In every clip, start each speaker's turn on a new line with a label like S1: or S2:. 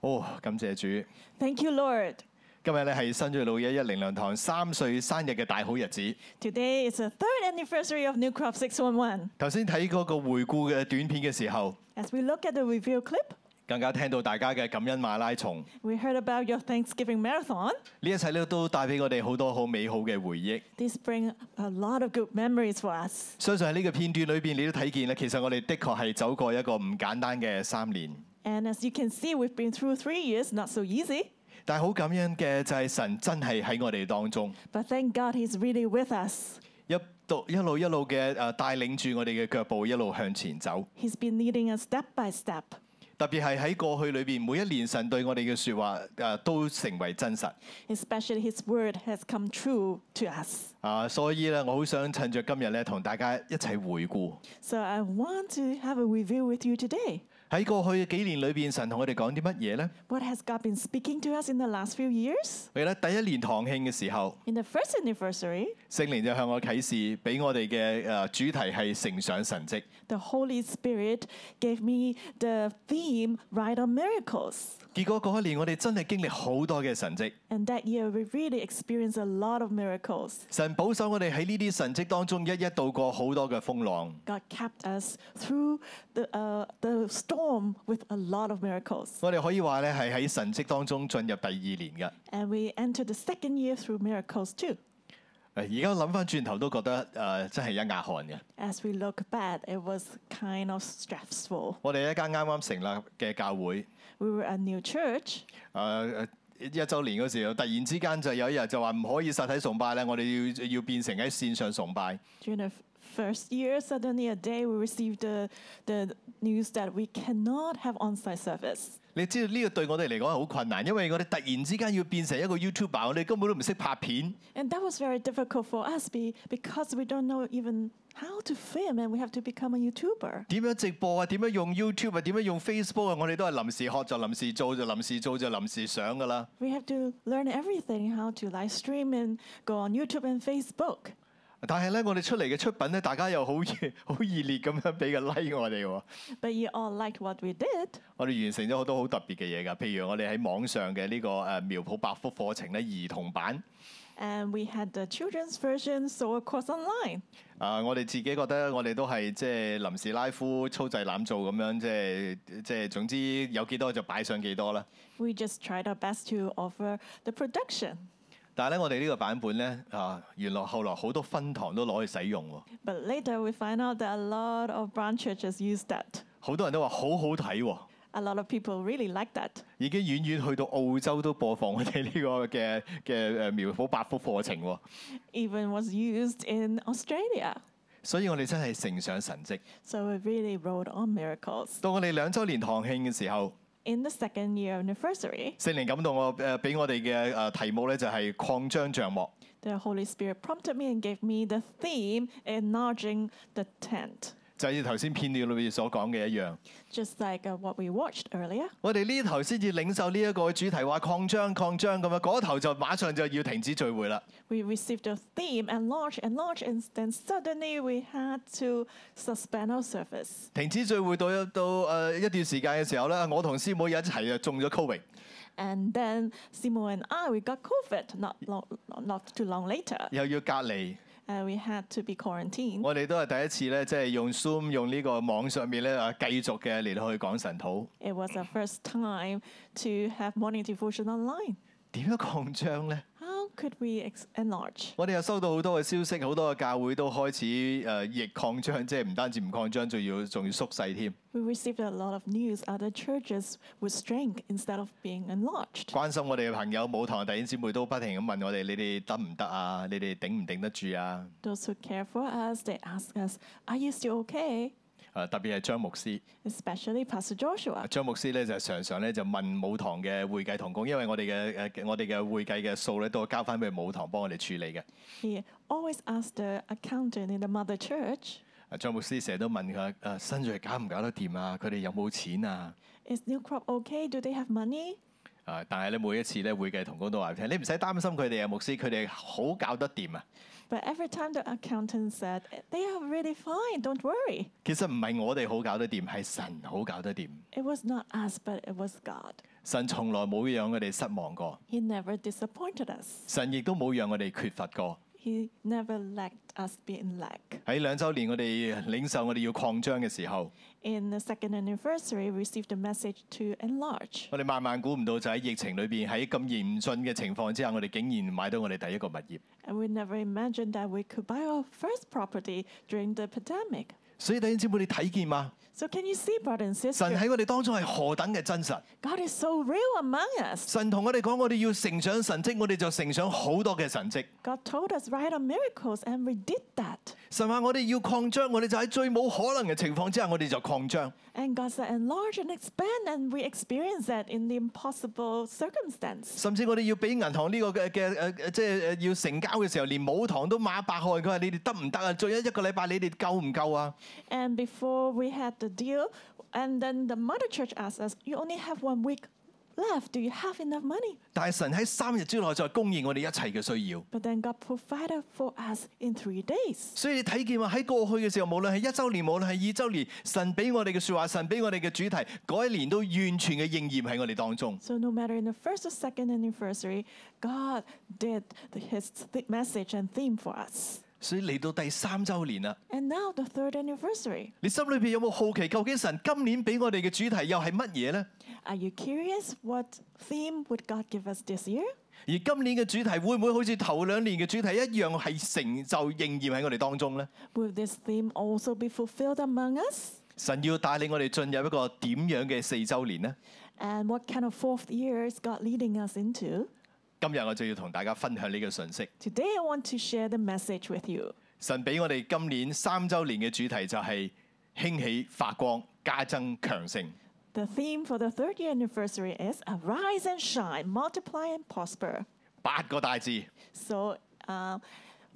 S1: 哦，感謝主！
S2: Thank you, Lord.
S1: 今日咧係新銳老一一靈糧堂三歲生日嘅大好日子。
S2: Today is the third anniversary of New Crop 611.
S1: 頭先睇嗰個回顧嘅短片嘅時候，
S2: As we look at the review clip,
S1: 更加聽到大家嘅感恩馬拉松，
S2: we heard about your Thanksgiving marathon.
S1: 呢一切咧都帶俾我哋好多好美好嘅回憶。
S2: These bring a lot of good memories for us.
S1: 相信喺呢個片段裏邊，你都睇見咧，其實我哋的確係走過一個唔簡單嘅三年。
S2: And as you can see, we've been through three years, not so easy.
S1: 但係好感恩嘅就係神真係喺我哋當中，
S2: But thank God He's really with us.
S1: 一到一路一路嘅誒帶領住我哋嘅腳步一路向前走。
S2: He's been leading us step by step.
S1: 特別係喺過去裏邊，每一年神對我哋嘅説話誒都成為真實。
S2: Especially His word has come true to us.
S1: 啊，所以咧，我好想趁住今日咧，同大家一齊回顧
S2: So I want to have a review with you today.
S1: 喺過去幾年裏邊，神同我哋講啲乜嘢呢？
S2: What has God been speaking to us in the last few years?
S1: 我記得第一年堂慶嘅時候，
S2: In the first anniversary,
S1: 聖靈就向我啟示，俾我哋嘅誒主題係成上神蹟。
S2: the Holy Spirit gave me the theme Ride on Miracles.
S1: 結果嗰一年，我哋真係經歷好多嘅神蹟。
S2: And that year, we really experienced a lot of miracles.
S1: 神保守我哋喺呢啲神蹟當中，一一度過好多嘅風浪。
S2: God kept us through the, uh, the storm with a lot of miracles.
S1: 我哋可以話咧，係喺神蹟當中進入第二年嘅。誒
S2: And we entered the second year through miracles too.
S1: 而家諗翻轉頭都覺得誒、呃真係一額汗嘅。
S2: As we look back, it was kind of stressful.
S1: 我哋一間啱啱成立嘅教會。
S2: We were a new church,
S1: 誒、誒一週年嗰時候，突然之間就有一日就話唔可以實體崇拜咧，我哋要要變成喺線上崇拜。
S2: during the f- first year, suddenly a day we received the, the news that we cannot have on-site service.
S1: 你知道呢個對我哋嚟講係好困難，因為我哋突然之間要變成一個 YouTuber，我哋根本都唔識拍片，
S2: And that was very difficult for us be, because we don't know even how to film and we have to become a YouTuber.
S1: 點樣直播啊？點樣用 YouTube 啊？點樣用 Facebook 啊？我哋都係臨時學就臨時做就臨時做就臨時上㗎啦。
S2: We have to learn everything, how to live stream and go on YouTube and Facebook.
S1: 但係咧，我哋出嚟嘅出品咧，大家又好熱好熱烈咁樣俾個 like 我哋喎。
S2: But you all liked what we did.
S1: 我哋完成咗好多好特別嘅嘢㗎，譬如我哋喺網上嘅呢個誒苗圃百福課程咧，兒童版。
S2: And we had the children's version, so of course online.
S1: 啊！我哋自己覺得我哋都係即係臨時拉夫粗製濫造咁樣，即係即係總之有幾多就擺上幾多啦。
S2: We just tried our best to offer the production.
S1: 但係咧，我哋呢個版本咧啊，原來後來好多分堂都攞去使用喎，
S2: But later we find out that a lot of branch churches use that.
S1: 好多人都話好好睇喎，
S2: A lot of people really like that.
S1: 已經遠遠去到澳洲都播放我哋呢個嘅嘅誒苗圃百福課程喎，
S2: Even was used in Australia.
S1: 所以我哋真係乘上神蹟。
S2: So we really rode on miracles.
S1: 到我哋兩週年堂慶嘅時候，
S2: In the second year anniversary,
S1: 聖靈感動我誒，俾我哋嘅誒題目咧就係擴張帳幕。
S2: the Holy Spirit prompted me and gave me the theme enlarging the tent.
S1: 就係頭先片段裏面所講嘅一樣，
S2: Just like uh, what we watched earlier.
S1: 我哋呢頭先至領受呢一個主題話擴張擴張咁樣，嗰頭就馬上就要停止聚會啦。
S2: We received a theme enlarge, enlarge, and then suddenly we had to suspend our service.
S1: 停止聚會到一到誒、呃一段時間嘅時候咧，我同師妹一齊就中咗 Covid，
S2: And then Simo and I, we got COVID not, long, not too long later.
S1: 又要隔離，
S2: And we had to be quarantined.
S1: 我哋都係第一次咧，即係用 Zoom 用呢個網上面咧啊繼續嘅嚟到去講神土，
S2: It was our first time to have morning devotion online.
S1: 點樣擴張咧？
S2: How could we ex- enlarge?
S1: 我哋又收到好多嘅消息，好多嘅教會都開始誒、呃逆擴張， 即係唔單止唔擴張，仲要仲要縮細添。
S2: We received a lot of news. Other churches would shrink instead of being enlarged.
S1: 關心我哋嘅朋友、舞堂嘅弟兄姊妹都不停咁問我哋：你哋得唔得啊？你哋頂唔頂得住啊？
S2: Those who care for us, they ask us, Are you still okay?
S1: 誒啊特別係張牧師，
S2: Especially Pastor Joshua.
S1: 張牧師咧就常常咧就問舞堂嘅會計同工，因為我哋嘅誒我哋嘅會計嘅數咧都交翻俾舞堂幫我哋處理嘅。
S2: He always asked the accountant in the mother church,
S1: 誒啊張牧師成日都問佢誒新锐搞唔搞得掂啊？佢哋有冇錢啊？
S2: Is New Crop okay? Do they have money?
S1: 誒、啊，但係咧每一次咧會計同工都話俾你聽，你唔使擔心佢哋啊，牧師，佢哋好搞得掂啊。
S2: But every time the accountant said, they are really fine, don't worry.
S1: 其實唔係我哋好搞得掂，係神好搞得掂。
S2: It was not us, but it was God.
S1: 神從來冇讓我哋失望過，
S2: He never disappointed us,
S1: 神亦都冇讓我哋缺乏過。
S2: He never let us be in lack.
S1: 喺兩週年我哋領受我哋要擴張嘅時候，
S2: In the second anniversary, we received a message to enlarge.
S1: 我哋萬萬估唔到就喺疫情裏邊，喺咁嚴峻嘅情況之下，我哋竟然買到我哋第一個物業。
S2: And we never imagined that we could buy our first property during the pandemic.
S1: 所以弟兄姊妹，你睇見嘛？
S2: So can you see, brother and
S1: 神
S2: sister,
S1: 喺我哋當中係何等嘅真實？
S2: God is so real among us.
S1: 神同我哋講，我哋要成長神蹟，我哋就成長好多嘅神蹟。
S2: God told us write on miracles, and we did that.
S1: 神話我哋要擴張，我哋就喺最冇可能嘅情況之下，我哋就擴張。
S2: And God said, enlarge and expand, and we experience that in the impossible circumstance.
S1: 甚至我哋要俾銀行呢個嘅嘅誒，即係誒要成交嘅時候，連母堂都馬百害。佢話：你哋得唔得啊？最一一個禮拜，你哋夠唔夠啊？
S2: And before we had the deal, and then the mother church asked us, you only have one week left. Do you have enough money?
S1: 但係神喺三日之內就供應我哋一切嘅需要。
S2: But then God provided for us in three days.
S1: 所以你睇見啊話喺過去嘅時候，無論係一週年，無論係二週年，神俾我哋嘅説話，神俾我哋嘅主題，嗰一年都完全嘅應驗喺我哋當中。
S2: So no matter in the first or second anniversary, God did the, His th- message and theme for us.
S1: 所以嚟到第三週年啦，
S2: And now the third anniversary.
S1: 你心裏邊有冇好奇究竟神今年俾我哋嘅主題又係乜嘢呢？
S2: Are you curious what theme would God give us this year?
S1: 而今年嘅主題會唔會好似頭兩年嘅主題一樣係成就應驗喺我哋當中呢？
S2: Will this theme also be fulfilled among us?
S1: 神要帶領我哋進入一個點樣嘅四週年呢？
S2: And what kind of fourth year is God leading us into?
S1: 今日我就要同大家分享呢個信息。
S2: Today I want to share the message with you.
S1: 神俾我哋今年三週年嘅主題就係興起發光，加增強盛。
S2: The theme for the third year anniversary is Arise and Shine, Multiply and Prosper.
S1: 八個大字
S2: So, uh,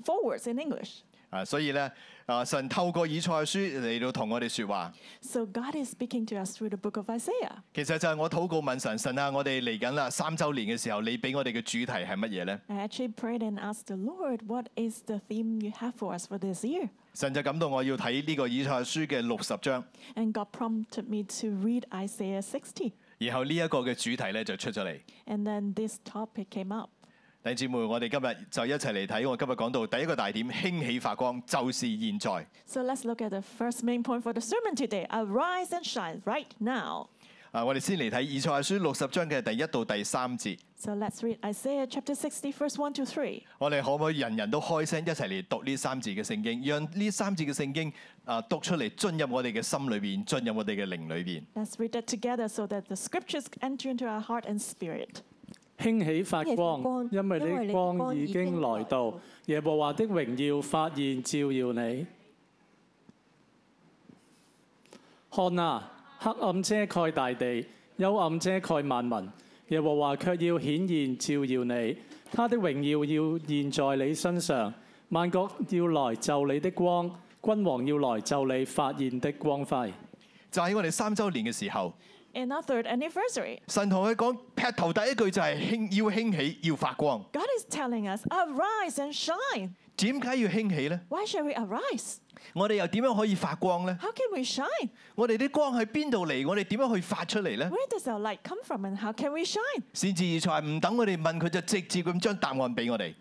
S2: four words in English.
S1: 啊！所以咧啊，神透過以賽亞書嚟到同我哋説話，
S2: So, God is speaking to us through the book of Isaiah.
S1: 其實就係我禱告問神，神啊，我哋嚟緊啦三週年嘅時候，你俾我哋嘅主題係乜嘢呢？
S2: I actually prayed and asked the Lord, What is the theme you have for us for this year?
S1: 神就感動我要睇呢個以賽亞書嘅六十章，
S2: And God prompted me to read Isaiah 60.
S1: 然後呢一個嘅主題咧就出咗嚟。
S2: And then this topic came up.
S1: 弟兄姊妹，我哋今日就一齊嚟睇我今日講到第一個大點，興起發光，就是現在。
S2: So let's look at the first main point for the sermon today arise and shine right now.
S1: 啊，我哋先嚟睇以賽亞書六十章嘅第一到第三節，
S2: So let's read Isaiah chapter 60, verse 1 to 3.
S1: 我哋可唔可以人人都開聲一齊嚟讀呢三字嘅聖經，讓呢三字嘅聖經啊讀出嚟，進入我哋嘅心裏邊，進入我哋嘅靈裏邊。
S2: Let's read that together so that the scriptures enter into our heart and spirit.
S3: 興起發光，因為
S4: 因為
S3: 你
S4: 你
S3: 的
S4: 的
S3: 光
S4: 光
S3: 已
S4: 已經
S3: 經來
S4: 來
S3: 到
S4: 到，
S3: 耶和華的榮耀發現照耀你。看啊，黑暗遮蓋大地，幽暗遮蓋萬民，耶和華卻要顯現照耀你，他的榮耀要現在你身上。萬國要來就你的光，君王要來就你發現的光輝。
S1: 就喺我哋三週年嘅時候，
S2: In our third anniversary,
S1: 神同佢講劈頭第一句就係興要興起，要發光。
S2: God is telling us, arise and shine.
S1: 點解要興起呢？
S2: Why shall we arise?
S1: 我哋又點樣可以發光呢？
S2: How can we shine?
S1: 我哋啲光喺邊度嚟？我哋點樣去發出嚟呢？
S2: Where does our light come from and how can we shine?
S1: 先至以賽亞唔等我哋問佢，就直接咁將答案俾我哋。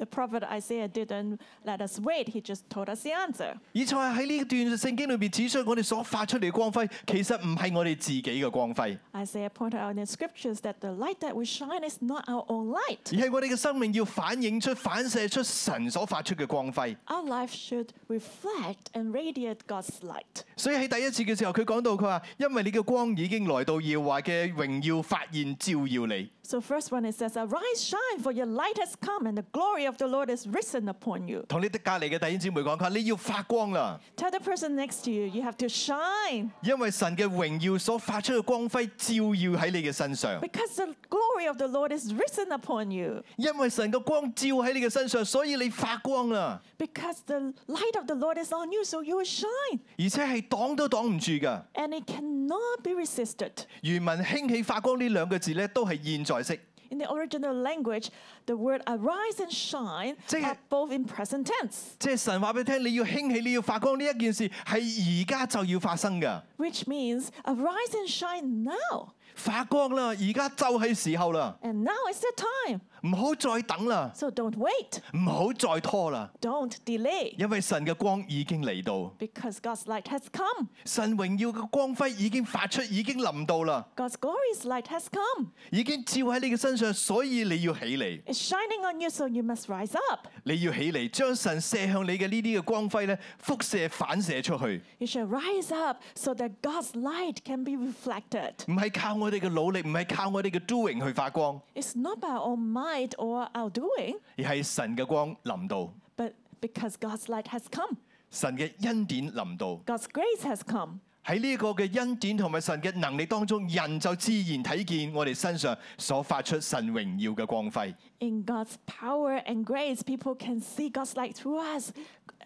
S2: The prophet Isaiah didn't let us wait, he just told us the answer.
S1: 以賽亞喺呢段聖經裏邊指出，我哋所發出嚟嘅光輝，其實唔係我哋自己嘅光輝，
S2: Isaiah pointed out in the scriptures that the light that we shine is not our own light.
S1: 而係我哋嘅生命要反映出、反射出神所發出嘅光輝。
S2: Our life should reflect and radiate God's light.
S1: 所以喺第一次嘅時候，佢講到佢話：因為你嘅光已經來到，耀華嘅榮耀發現照耀你。
S2: So first one it says, Arise, shine, for your light has come, and the glory of the Lord is risen upon you.
S1: 同你隔離嘅弟兄姊妹講，佢話你要發光啦，
S2: Tell the person next to you, you have to shine
S1: 因為神嘅榮耀所發出嘅光輝照耀喺你嘅身上，
S2: because the glory of the Lord is risen upon you.
S1: 因為神嘅光照喺你嘅身上，所以你發光啦，
S2: Because the light of the Lord is on you, so you will shine.
S1: 而且係擋都擋唔住噶。
S2: And it cannot be resisted.
S1: 原文興起發光呢兩個字咧，都係現在式，
S2: In the original language, the word arise and shine
S1: 即係-
S2: are both in present tense,
S1: 即係神話俾你聽，你要興起，你要發光呢一件事係而家就要發生噶。
S2: which means arise and shine now.
S1: 發光啦，而家就係時候啦，
S2: And now is the time.
S1: 唔好再等啦，
S2: So don't wait,
S1: 唔好再拖啦，
S2: don't delay,
S1: 因為神嘅光已經嚟到，
S2: because God's light has come.
S1: 神榮耀嘅光輝已經發出，已經臨到啦，
S2: God's glorious light has come.
S1: 已經照喺你嘅身上，所以你要起嚟，
S2: It's shining on you, so you must rise up.
S1: 你要起嚟，將神射向你嘅呢啲嘅光輝咧，輻射反射出去，
S2: You should rise up so that God's light can be reflected.
S1: 唔係靠我哋嘅努力，唔係靠我哋嘅 doing 去發光，
S2: It's not by our own might or our doing,
S1: 而係神嘅光臨到，
S2: but because God's light has come.
S1: 神嘅恩典臨到。
S2: God's grace has come.
S1: 喺呢個嘅恩典同埋神嘅能力當中，人就自然睇見我哋身上所發出神榮耀嘅光輝。
S2: In God's power and grace, people can see God's light through us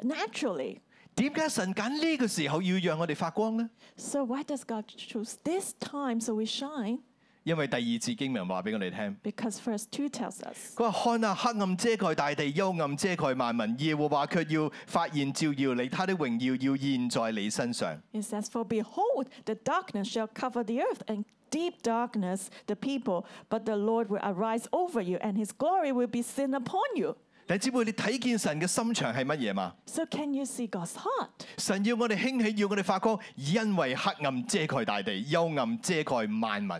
S2: naturally.
S1: 點解神揀呢個時候要讓我哋發光呢？
S2: So why does God choose this time so we shine?
S1: 因為第二節經文話俾我哋聽，
S2: Because verse 2 tells us,
S1: 佢話看啊，黑暗遮蓋大地，幽暗遮蓋萬民，耶和華卻要發現照耀你，他的榮耀要現在你身上。
S2: it says, For behold, the darkness shall cover the earth, and deep darkness the people, but the Lord will arise over you, and his glory will be seen upon you.
S1: 弟兄姊妹，你睇見神嘅心腸係乜嘢嘛？
S2: So can you see God's heart?
S1: 神要我哋興起，要我哋發光，因為黑暗遮蓋大地，幽暗遮蓋萬民。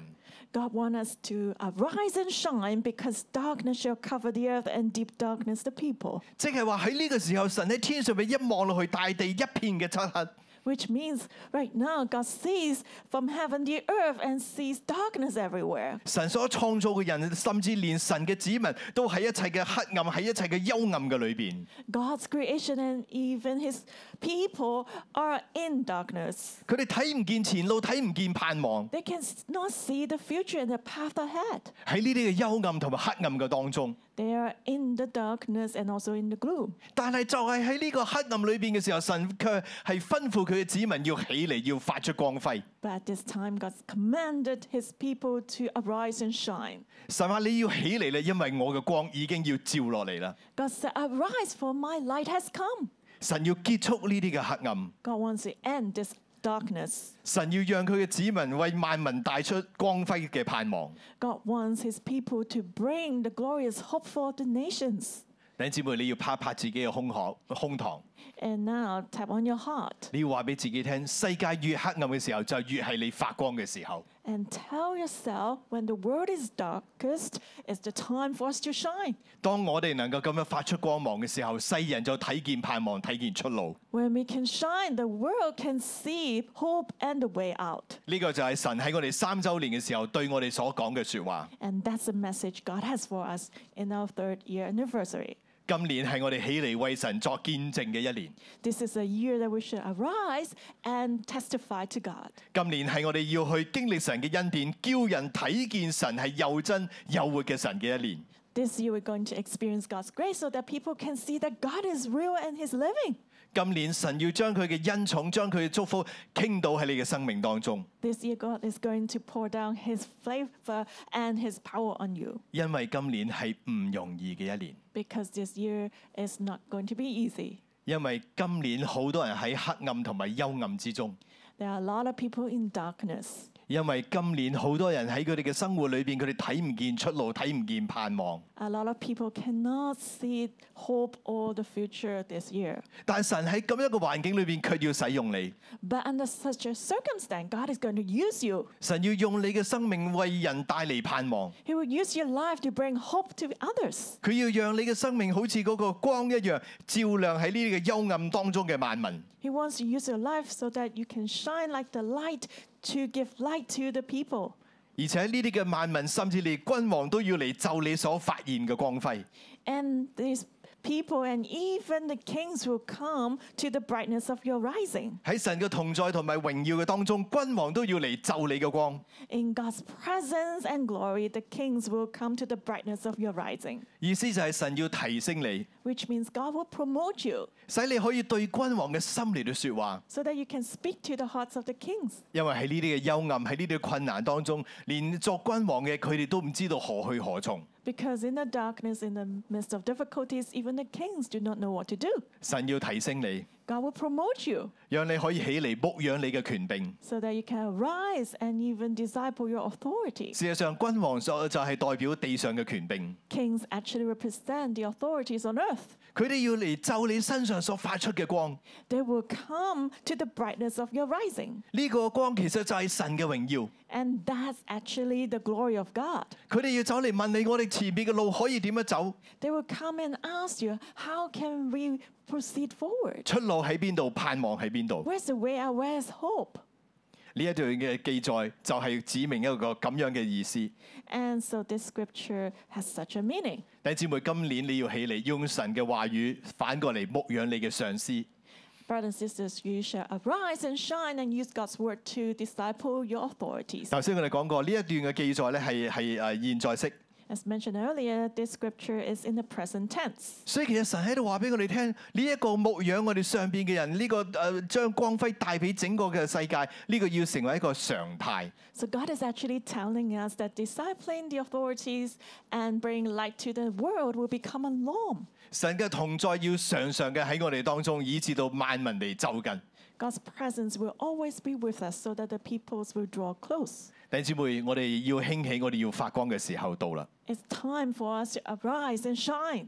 S2: God wants us to arise and shine because darkness shall cover the earth and deep darkness the people.
S1: 即係話喺呢個時候，神喺天上面一望落去，大地一片嘅漆黑。
S2: Which means right now God sees from heaven the earth and sees darkness everywhere.
S1: 神所創造嘅人，甚至連神嘅子民，都喺一切嘅黑暗，喺一切嘅幽暗嘅裏邊。
S2: God's creation and even his people are in darkness.
S1: 佢哋睇唔見前路，睇唔見盼望。
S2: They can s- not see the future and the path ahead.
S1: 喺呢啲嘅幽暗同埋黑暗嘅當中，
S2: They are in the darkness and also in the gloom.
S1: 但係就係喺呢個黑暗裏邊嘅時候，神卻係吩咐佢嘅子民要起嚟，要發出光輝。
S2: But at this time, God commanded his people to arise and shine.
S1: 神話你要起嚟咧，因為我嘅光已經要照落嚟啦。
S2: God said, Arise, for my light has come.
S1: 神要結束呢啲嘅黑暗，
S2: God wants to end this darkness.
S1: 神要讓佢嘅子民為萬民帶出光輝嘅盼望。
S2: God wants his people to bring the glorious hope for the nations.
S1: 弟兄姊妹，你要拍拍自己嘅胸口、胸膛，
S2: And now tap on your heart
S1: 你要話俾自己聽：世界越黑暗嘅時候，就越係你發光嘅時候。
S2: and tell yourself when the world is darkest, it's the time for us to shine.
S1: 當我哋能夠咁樣發出光芒嘅時候，世人就睇見盼望，睇見出路。
S2: When we can shine, the world can see hope and the way out.
S1: 呢、個就係神喺我哋三週年嘅時候對我哋所講嘅説話。
S2: And that's the message God has for us in our third year anniversary.
S1: 今年係我哋起嚟為神作見證嘅一年，
S2: This is a year that we should arise and testify to God.
S1: 今年係我哋要去經歷神嘅恩典，叫人睇見神係又真又活嘅神嘅一年。
S2: This year, we're going to experience God's grace so that people can see that God is real and He's living.
S1: 今年神要將佢嘅恩寵、將佢嘅祝福傾倒喺你嘅生命當中。
S2: This year, God is going to pour down His favor and His power on you
S1: 因為今年係唔容易嘅一年，
S2: because this year is not going to be easy.
S1: 因為今年好多人喺黑暗同埋幽暗之中，
S2: There are a lot of people in darkness
S1: 因為今年好多人喺佢哋嘅生活裏邊，佢哋睇唔見出路，睇唔見盼望。
S2: A lot of people cannot see hope or the future this year.
S1: 但神喺咁一個環境裏邊，卻要使用你。
S2: But under such a circumstance, God is going to use you.
S1: 神要用你嘅生命為人帶嚟盼望，
S2: He will use your life to bring hope to others.
S1: 佢要讓你嘅生命好似嗰個光一樣，照亮喺呢個幽暗當中嘅萬民。
S2: He wants to use your life so that you can shine like the light to give light to the people.
S1: 而且呢啲嘅萬民，甚至你君王都要嚟就你所發現嘅光輝。
S2: And these people and even the kings will come to the brightness of your rising.
S1: 喺神嘅同在同埋榮耀嘅當中，君王都要嚟就你嘅光。
S2: In God's presence and glory, the kings will come to the brightness of your rising,
S1: 意思就係神要提升你，
S2: which means God will promote you
S1: 使你可以對君王嘅心嚟到説話。
S2: so that you can speak to the hearts of the kings.
S1: 因為喺呢啲嘅幽暗，喺呢啲嘅困難當中，連作君王嘅佢哋都唔知道何去何從。
S2: Because in the darkness, in the midst of difficulties, even the kings do not know what to do.
S1: 神要提升你，
S2: God will promote you
S1: 讓你可以起嚟牧養你嘅權柄。
S2: so that you can rise and even disciple your authority.
S1: 事實上，君王所就係代表地上嘅權柄，
S2: Kings actually represent the authorities on earth.
S1: 佢哋要嚟就你身上所發出嘅光。
S2: They will come to the brightness of your rising.
S1: 呢、個光其實就係神嘅榮耀。
S2: And that's actually the glory of God.
S1: 佢哋要走嚟問你，我哋前面嘅路可以點樣走？
S2: They will come and ask you, How can we proceed forward?
S1: 出路喺邊度？盼望喺邊度？
S2: Where's the way out? Where's hope?
S1: 呢一段嘅記載就係指明一個咁樣嘅意思。
S2: And so this scripture has such a meaning.
S1: 弟兄姊妹，今年你要起嚟，用神嘅話語反過嚟牧養你嘅上司。
S2: Brothers and sisters, you shall arise and shine and use God's word to disciple your authorities.
S1: 頭先我哋講過呢一段嘅記載咧，係係誒現在式，
S2: As mentioned earlier, this scripture is in the present tense.
S1: 所以其實神喺度話俾我哋聽，呢、一個牧養我哋上邊嘅人，呢、個誒、呃、將光輝帶俾整個嘅世界，呢、個要成為一個常態。
S2: So God is actually telling us that discipling the authorities and bringing light to the world will become a norm.
S1: 神嘅同在要常常嘅喺我哋當中，以至到萬民嚟就近。
S2: God's presence will always be with us so that the peoples will draw close.
S1: 弟兄姊妹，我哋要興起，我哋要發光嘅時候到啦！
S2: It's time for us to arise and shine.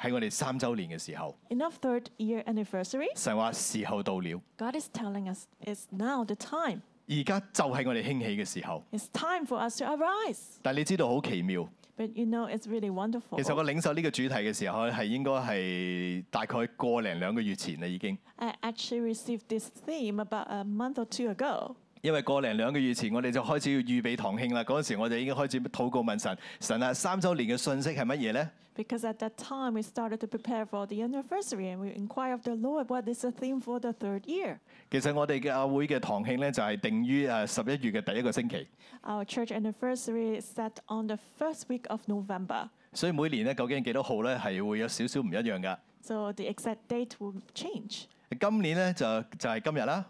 S1: 喺我哋三週年嘅時候，
S2: In our third year anniversary,
S1: 神話時候到了，
S2: God is telling us it's now the time.
S1: 而家就係我哋興起嘅時候。
S2: It's time for us to arise.
S1: 但係你知道好奇妙，
S2: But you know, it's really wonderful.
S1: 其實我領受呢個主題嘅時候咧，係應該係大概個零兩個月前啦已經。
S2: I actually received this theme about a month or two ago.
S1: 因為個零兩個月前，我哋就開始要預備堂慶啦。嗰陣時，我哋已經開始禱告問神：神啊，三週年嘅信息係乜嘢呢？
S2: Because at that time, we started to prepare for the anniversary and we inquired of the Lord what is the theme for the third year.
S1: 其實我哋嘅教會嘅堂慶呢，就係定於誒十一月嘅第一個星期，
S2: Our church anniversary is set on the first week of November.
S1: 所以每年呢，究竟幾多號呢？係會有少少唔一樣噶。
S2: So the exact date will change.
S1: 今年呢，就就係、今日啦。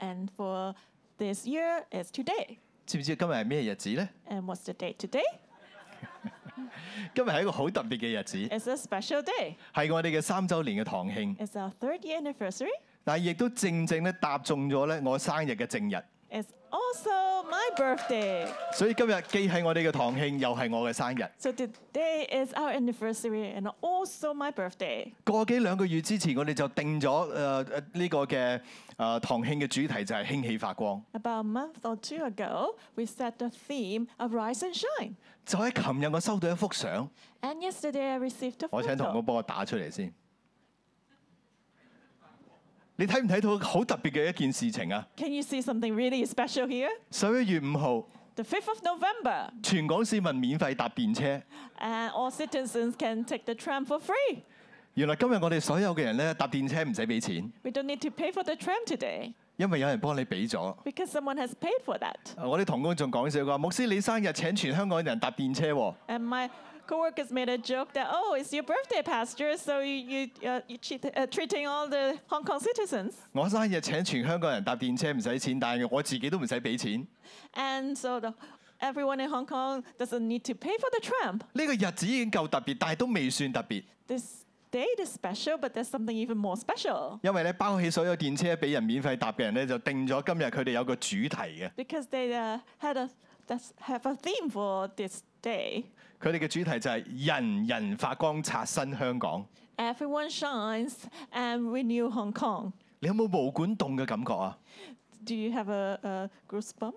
S2: And for this year, it's today.
S1: 知唔知今日係咩日子呢？
S2: And what's the date today?
S1: 今日係一個好特別嘅日子，
S2: It's a special day.
S1: 係我哋嘅三週年嘅堂慶，
S2: It's our third year anniversary.
S1: 但係亦都正正咧搭中咗咧我生日嘅正日，
S2: It's also my birthday.
S1: 所以今日既係我哋嘅堂慶，又係我嘅生日。
S2: So today is our anniversary and also my birthday.
S1: 過幾兩個月之前，我哋就定咗誒呢個嘅誒、呃堂慶嘅主題就係興起發光。
S2: About a month or two ago, we set the theme of Rise and Shine.
S1: 就喺琴日，我收到一幅相，
S2: And yesterday I received a
S1: 我請同工
S2: photo.
S1: 幫我打出嚟先。你睇唔睇到好特別嘅一件事情啊？
S2: Can you see something really special here?
S1: 十一月五號，
S2: The 5th of November,
S1: 全港市民免費搭電車。
S2: and all citizens can take the tram for free.
S1: 原來今日我哋所有嘅人咧搭電車唔使俾錢，
S2: We don't need to pay for the tram today
S1: 因為有人幫你俾咗。
S2: because someone has paid for that.
S1: 我啲同工仲講笑佢話：牧師，你生日請全香港人搭電車喎。
S2: And my coworkers made a joke that, oh, it's your birthday, Pastor, so you, you, uh, you cheat, uh, treating all the Hong Kong citizens.
S1: 我生日請全香港人搭電車唔使錢，但係我自己都唔使俾錢。
S2: And so the, everyone in Hong Kong doesn't need to pay for the tram.
S1: 呢個日子已經夠特別，但係都未算特別，
S2: This date is special, but there's something even more special
S1: 因為咧包起所有電車俾人免費搭嘅人咧，就定咗今日佢哋有個主題嘅。
S2: because they uh, had a, that's, have a theme for this day.
S1: 佢哋嘅主題就係人人發光刷新香港。
S2: Everyone shines and renew Hong Kong.
S1: 你有冇毛管動嘅感覺啊？
S2: Do you have a, a goosebump?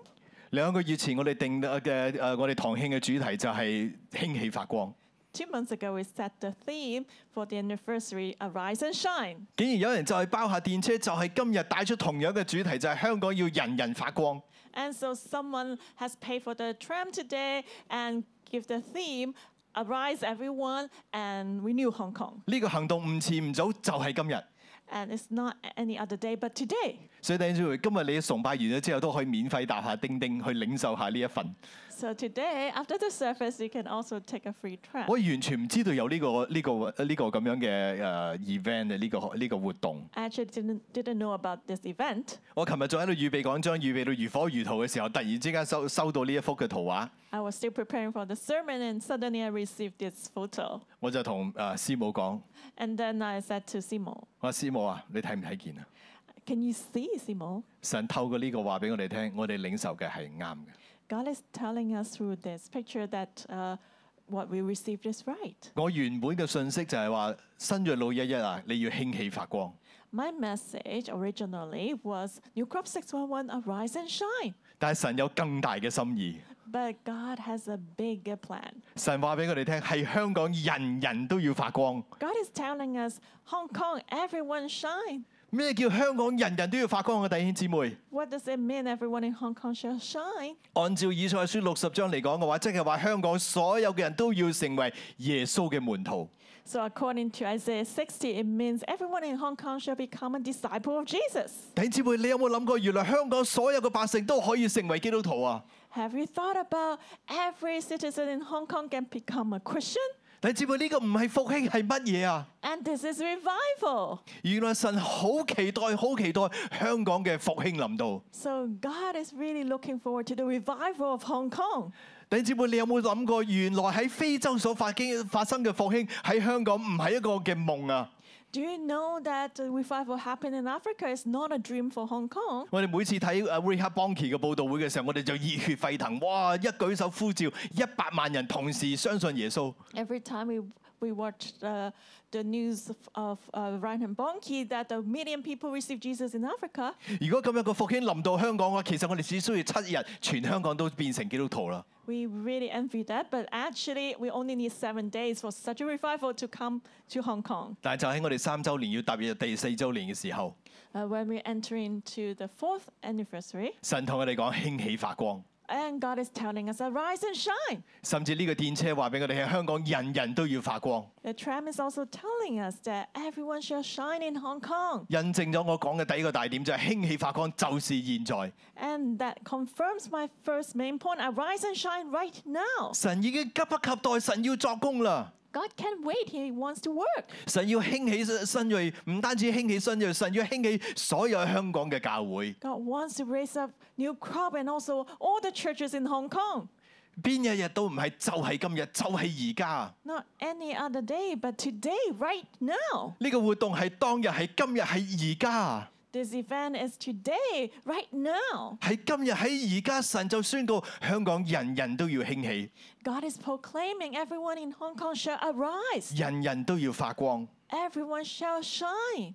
S1: 兩個月前我哋定嘅誒、呃我哋堂慶嘅主題就係興起發光。
S2: Two months ago, we set the theme for the anniversary Arise and Shine.
S1: 竟然有人就係包下電車，就係、今日帶出同樣嘅主題，就係、香港要人人發光。
S2: And so someone has paid for the tram today and give the theme, Arise Everyone and Renew Hong Kong.
S1: 呢個行動唔遲唔早就係今日。
S2: And it's not any other day but today.
S1: 所以弟兄姊妹，今日你崇拜完咗之後，都可以免費搭下叮叮去領受下呢一份。
S2: So today, after the service, you can also take a free tram.
S1: 我完全唔知道有呢、個呢、個呢、個咁樣嘅誒 event 嘅呢個呢、個活動。
S2: I actually didn't, didn't know about this event.
S1: 我琴日仲喺度預備講章，預備到如火如荼嘅時候，突然之間收收到呢一幅嘅圖畫，
S2: I was still preparing for the sermon and suddenly I received this photo.
S1: 我就同誒師母講：
S2: And then I said to Simo,
S1: 我話師母啊，你睇唔睇見啊？
S2: Can you see, Simo?
S1: 神透過呢個話俾我哋聽，我哋領受嘅係啱嘅。
S2: God is telling us through this picture that uh, what we received is right.
S1: 我原本嘅信息就係話新約路一一啊，你要興起發光。
S2: My message originally was New Crop 611 Arise and Shine.
S1: 但係神有更大嘅心意，
S2: But God has a bigger plan.
S1: 神話俾我哋聽係香港人人都要發光。
S2: God is telling us, Hong Kong, everyone shine.
S1: 咩叫香港人人都要發光啊嘅弟兄姊妹？
S2: What does it mean everyone in Hong Kong shall shine?
S1: 按照以賽書六十章嚟講嘅話，即係話香港所有嘅人都要成為耶穌嘅門徒。
S2: So according to Isaiah 60, it means everyone in Hong Kong shall become a disciple of Jesus.
S1: 弟兄姊妹，你有冇諗過，原來香港所有嘅百姓都可以成為基督徒啊？
S2: Have you thought about every citizen in Hong Kong can become a Christian?
S1: 弟兄姊妹，呢、個唔係復興係乜嘢啊？
S2: And this is revival.
S1: 原來神好期待，好期待香港嘅復興臨到。
S2: So God is really looking forward to the revival of Hong Kong.
S1: 弟兄姊妹，你有冇諗過，原來喺非洲所發經發生嘅復興喺香港唔係一個嘅夢啊？
S2: Do you know that the revival happened in Africa is not a dream for Hong Kong?
S1: 我哋每次睇啊 Rehab Bonke 嘅報道會嘅時候，我哋就熱血沸騰，哇！一舉手呼召一百萬人同時相信耶穌。
S2: Every time we we watched uh, the news of, of uh, Reinhard Bonnke that a million people received Jesus in Africa.
S1: 如果咁樣個復興臨到香港嘅話，其實我哋只需要七日，全香港都變成基督徒啦。
S2: We really envy that, but actually, we only need seven days for such a revival to come to Hong Kong.
S1: 但係就喺我哋三週年要踏入第四週年嘅時候，
S2: Uh, when we enter into the fourth anniversary,
S1: 神同我哋講興起發光，
S2: and God is telling us, arise and shine.
S1: 甚至呢個電車話俾我哋聽，香港人人都要發光，
S2: The tram is also telling us that everyone shall shine in Hong Kong.
S1: 印證咗我講嘅第一個大點就係、興起發光就是現在。
S2: And that confirms my first main point arise and shine right now.
S1: 神已經急不及待，神要作工啦。
S2: God can't wait, He wants to work.
S1: 神要興起新锐，唔單止興起新锐，神要興起所有香港嘅教會。
S2: God wants to raise up new crop and also all the churches in Hong Kong.
S1: 邊一日都唔係，就係今日，就係而家。
S2: Not any other day, but today, right now.
S1: 呢個活動係當日，係今日，係而家，
S2: This event is today, right now.
S1: 係今日，喺而家，神就宣告香港人人都要興起，
S2: God is proclaiming everyone in Hong Kong shall arise,
S1: 人人都要發光。
S2: everyone shall shine.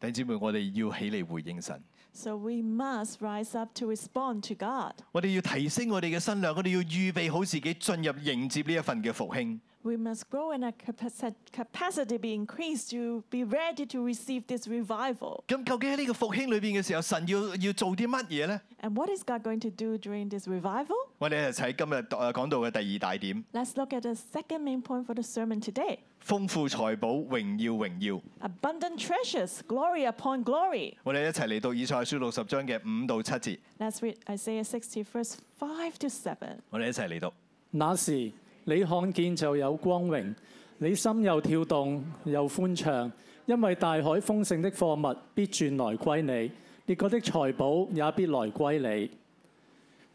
S1: 弟兄姊妹，我哋要起嚟回應神，
S2: So we must rise up to respond to God.
S1: 我哋要提升我哋嘅身量，我哋要預備好自己，進入迎接呢一份嘅復興。
S2: We must grow in our capaci- capacity be increased to be ready to receive this revival.
S1: 咁究竟喺呢個復興裏邊嘅時候，神要要做啲乜嘢呢？
S2: And what is God going to do during this revival?
S1: 我哋一齊喺今日誒講到嘅第二大點。
S2: Let's look at the second main point for the sermon today
S1: 豐富財寶，榮耀榮耀。
S2: abundant treasures, glory upon glory.
S1: 我哋一齊嚟到以賽書六十章嘅五到七節，
S2: Let's read Isaiah 60, verse 5 to 7.
S1: 我哋一齊嚟到。
S3: 那時你看見就有光榮，你心又跳動又歡暢，因為大海豐盛的貨物必轉來歸你，列國的財寶也必來歸你。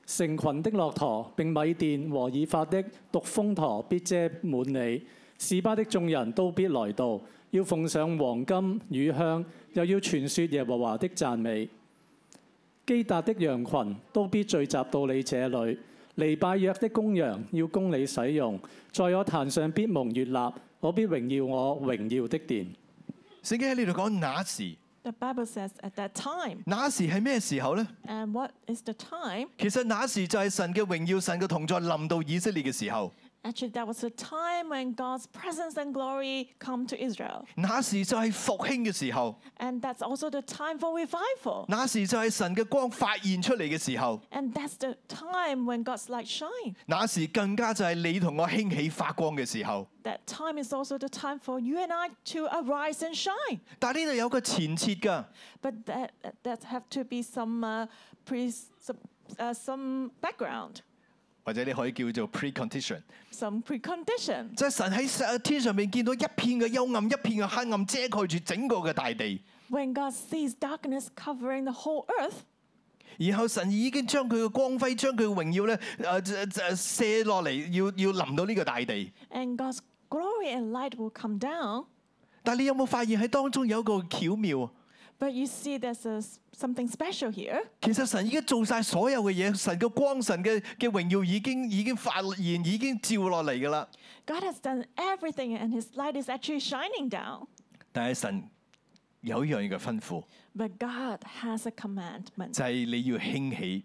S3: 成群的駱駝並米甸和以法的獨峰駝必遮滿你，示巴的眾人都必來到，要奉上黃金乳香，又要傳說耶和華的讚美。基達的羊群都必聚集到你這裏，尼拜約的公羊要供你使用，在我壇上必蒙悦納，我必榮耀我榮耀的殿。
S1: 聖經喺呢度講那時，
S2: The Bible says at that time.
S1: 那時係咩時候呢？
S2: And what is the time?
S1: 其實那時就係神嘅榮耀、神嘅同在臨到以色列嘅時候。
S2: Actually, that was the time when God's presence and glory come to Israel.
S1: 那時就係復興嘅時候，
S2: And that's also the time for revival.
S1: 那時就係神嘅光發現出嚟嘅時候，
S2: And that's the time when God's light shine.
S1: 那時更加就係你同我興起發光嘅時候。
S2: That time is also the time for you and I to arise and shine.
S1: 但係呢度有個前設㗎，
S2: But that that have to be some uh, pre some, uh, some background,
S1: 或者你可以叫做 precondition，
S2: some precondition.
S1: 即係神喺天上面見到一片嘅幽暗、一片嘅黑暗遮蓋住整個嘅大地，
S2: When God sees darkness covering the whole earth,
S1: 然後神已經將佢嘅光輝、將佢嘅榮耀咧，誒誒呃射落嚟，要要臨到呢個大地。
S2: and God's glory and light will come down.
S1: 但係你有冇發現喺當中有一個巧妙啊？
S2: But you see, there's a s something special here.
S1: 其實神已經做晒所有嘅嘢，神嘅光、神嘅嘅榮耀已經已經發現，已經照落嚟㗎啦。
S2: God has done everything, and His light is actually shining down.
S1: 但係神有一樣嘢嘅吩咐，
S2: But God has a commandment:
S1: 就係、你要興起，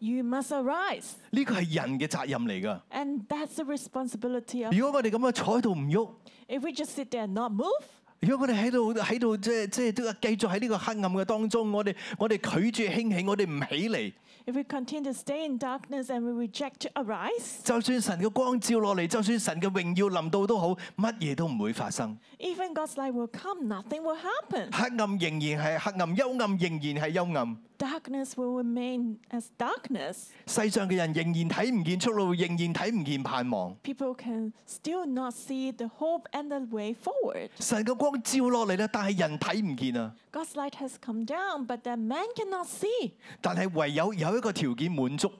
S2: you must arise,
S1: 呢個係人嘅責任嚟㗎。
S2: and that's the responsibility of.
S1: 如果我哋咁樣坐喺度唔喐，
S2: If we just sit there and not move,
S1: 如果我哋喺度喺度即係即係都繼續喺呢個黑暗嘅當中，我哋我哋拒絕興起，我哋唔起嚟，
S2: if we continue to stay in darkness and we reject to arise,
S1: 就算神嘅光照落嚟，就算神嘅榮耀臨到都好，乜嘢都唔會發生。
S2: even God's light will come, nothing will happen.
S1: 黑暗仍然係黑暗，幽暗仍然係幽暗。
S2: Darkness will remain as darkness.
S1: 世上嘅人仍然睇唔見出路，仍然睇唔見盼望。
S2: People can still not see the hope and the way forward.
S1: 神嘅光照落嚟啦，但係人睇唔見啊！
S2: God's light has come down, but that man cannot see.
S1: 但係唯有有一個條件滿足，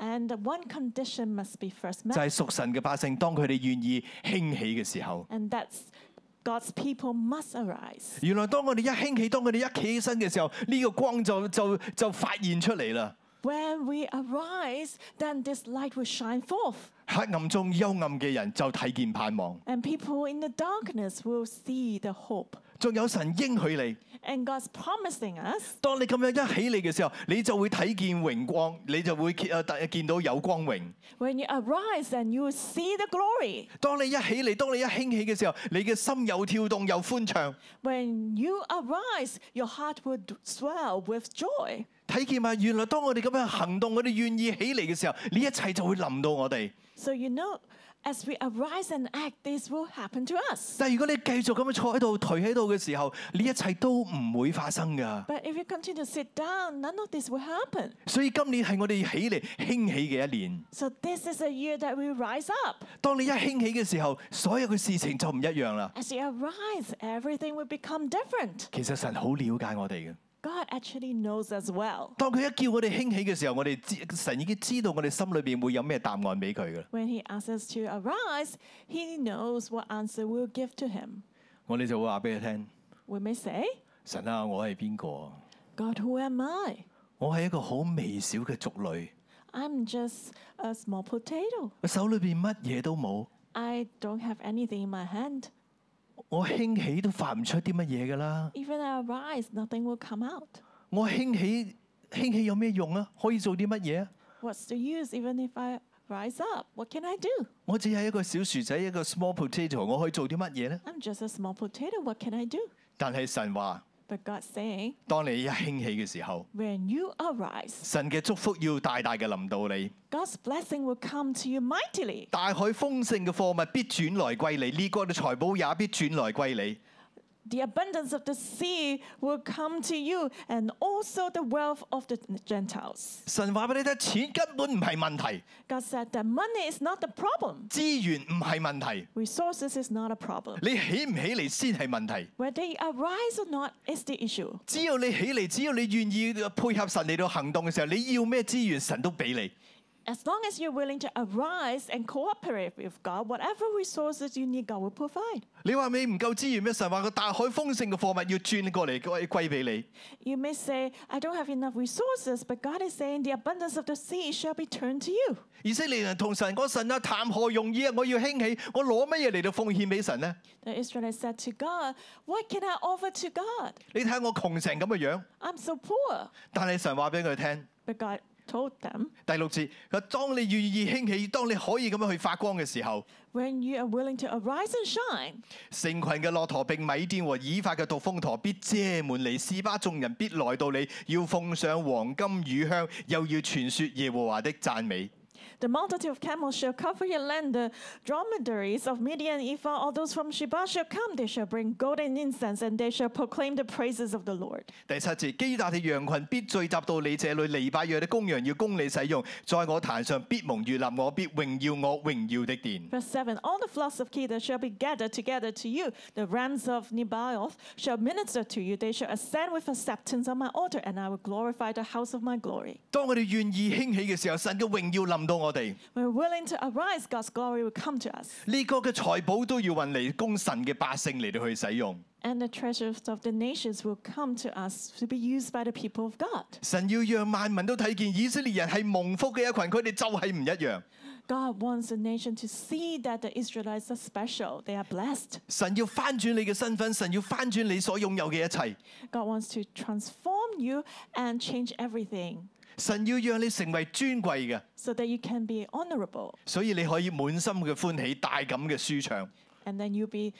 S2: And one condition must be first
S1: 就
S2: met,
S1: 係、屬神嘅百姓，當佢哋願意興起嘅時候。
S2: and that's God's people must arise.
S1: 原來當我哋一興起，當佢哋一企起身嘅時候，呢、個光就就就發現出嚟啦。
S2: When we arise, then this light will shine forth,
S1: 黑暗中幽暗嘅人就睇見盼望，
S2: and people in the darkness will see the hope.
S1: 仲有神應許你。
S2: And God's promising us
S1: 當你咁樣一起嚟嘅時候，你就會睇見榮光，你就會誒第見到有光榮。
S2: when you arise, then you will see the glory.
S1: 當你一起嚟，當你一興起嘅時候，你嘅心又跳動又歡暢。
S2: When you arise, your heart will d- swell with joy.
S1: 睇見嘛，原來當我哋咁樣行動，我哋願意起嚟嘅時候，呢一切就會臨到我哋。
S2: So you know, as we arise and act, this will happen to us.
S1: 但係如果你繼續咁樣坐喺度、頹喺度嘅時候，呢一切都唔會發生㗎。
S2: But if you continue to sit down, none of this will happen.
S1: 所以今年係我哋起嚟興起嘅一年。
S2: So this is a year that we rise up.
S1: 當你一興起嘅時候，所有嘅事情就唔一樣啦。
S2: As you arise, everything will become different.
S1: 其實神好了解我哋嘅。
S2: God actually knows as well.
S1: 當佢一叫我哋興起嘅時候，我哋知神已經知道我哋心裏邊會有咩答案俾佢㗎。
S2: When He asks us to arise, He knows what answer we'll give to Him.
S1: 我哋就會話俾佢聽：
S2: We may say,
S1: 神啊，我係邊個啊？
S2: God, who am I?
S1: 我係一個好微小嘅族類，
S2: I'm just a small potato.
S1: 我手裏邊乜嘢都冇，
S2: I don't have anything in my hand.
S1: 我興起都發唔出啲乜嘢㗎啦。
S2: Even I arise, nothing will come out.
S1: 我興起興起有咩用啊？可以做啲乜嘢啊？
S2: What's the use even if I rise up? What can I do?
S1: 我只係一個小薯仔，一個 small potato，我可以做啲乜嘢呢？
S2: I'm just a small potato. What can I do?
S1: 但係神話，
S2: But God's saying,
S1: 當你一興起嘅時候，
S2: when you arise,
S1: 神嘅祝福要大大嘅臨到你，
S2: God's blessing will come to you mightily.
S1: 大海豐盛嘅貨物必轉來歸你，呢個嘅財寶也必轉來歸你。
S2: The abundance of the sea will come to you, and also the wealth of the Gentiles.
S1: 神話俾你聽，錢根本唔係問題，
S2: God said that money is not the problem,
S1: 資源唔係問題，
S2: resources is not a problem.
S1: 你起唔起嚟先係問題。
S2: Whether you arise or not is the issue.
S1: 只要你起嚟，只要你願意配合神嚟到行動嘅時候，你要咩資源，神都俾你。
S2: As long as you're willing to arise and cooperate with God, whatever resources you need, God will provide.
S1: 你話你唔夠資源咩？神話個大海豐盛嘅貨物要轉過嚟歸歸俾你。
S2: You may say, I don't have enough resources, but God is saying, The abundance of the sea shall be turned to you.
S1: 以色列人同神講：神啊，談何容易啊！我要興起，我攞乜嘢嚟到奉獻俾神呢？
S2: The Israelites said to God, What can I offer to God?
S1: 你睇下我窮成咁嘅樣，
S2: I'm so poor.
S1: 但係神話俾佢聽，
S2: But God told them,
S1: 第六節，佢話當你願意興起，當你可以咁樣去發光嘅時候，
S2: When you are willing to arise and shine,
S1: 成群嘅駱駝並米甸和以法嘅杜風駝必遮滿你，示巴眾人必來到你，要奉上黃金乳香，又要傳說耶和華的讚美。
S2: the multitude of camels shall cover your land, the dromedaries of Midian, Ephah, all those from Sheba shall come, they shall bring gold and incense, and they shall proclaim the praises of the Lord.
S1: 第七節，基達嘅羊群必聚集到你這裏，尼拜約的公羊要供你使用，在我壇上必蒙悅納我，必榮耀我榮耀的殿。
S2: Verse 7 All the flocks of Kedah shall be gathered together to you, the rams of Nebaioth shall minister to you, they shall ascend with acceptance on my altar, and I will glorify the house of my glory.
S1: 當我哋願意興起嘅時候，神嘅榮耀臨到我哋，
S2: When we're willing to arise, God's glory will come to us,
S1: 呢個嘅財寶都要運嚟供神嘅百姓嚟到去使用。
S2: and the treasures of the nations will come to us to be used by the people of God.
S1: 神要讓萬民都睇見以色列人係蒙福嘅一群，佢哋就係唔一樣。
S2: God wants the nation to see that the Israelites are special. They are blessed.
S1: 神要翻轉你嘅身份，神要翻轉你所擁有嘅一切，
S2: God wants to transform you and change everything
S1: 神要讓你成為尊貴嘅，
S2: so that you can be honorable
S1: 所以你可以滿心嘅歡喜，大感嘅舒暢。
S2: and then you'll be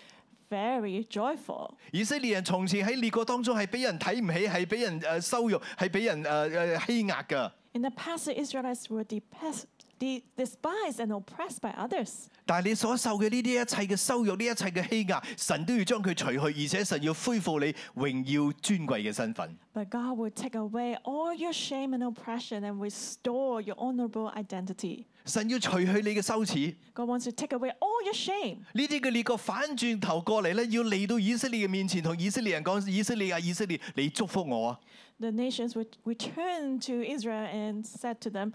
S2: very joyful.
S1: 以色列人從前喺列國當中係俾人睇唔起，係俾人誒羞辱，係俾人誒誒欺壓㗎。
S2: In the past, the Israelites were depes- de- despised and oppressed by others.
S1: 但係你所受嘅呢啲一切嘅羞辱，呢一切嘅欺壓，神都要將佢除去，而且神要恢復你榮耀尊貴嘅身份。
S2: But God will take away all your shame and oppression and restore your honorable identity.
S1: 神要除去你嘅羞恥，
S2: God wants to take away all your shame.
S1: 呢啲嘅列國反轉頭過嚟咧，要嚟到以色列嘅面前，同以色列人講：以色列啊，以色列，你祝福我啊！
S2: the nations would return to Israel and said to them,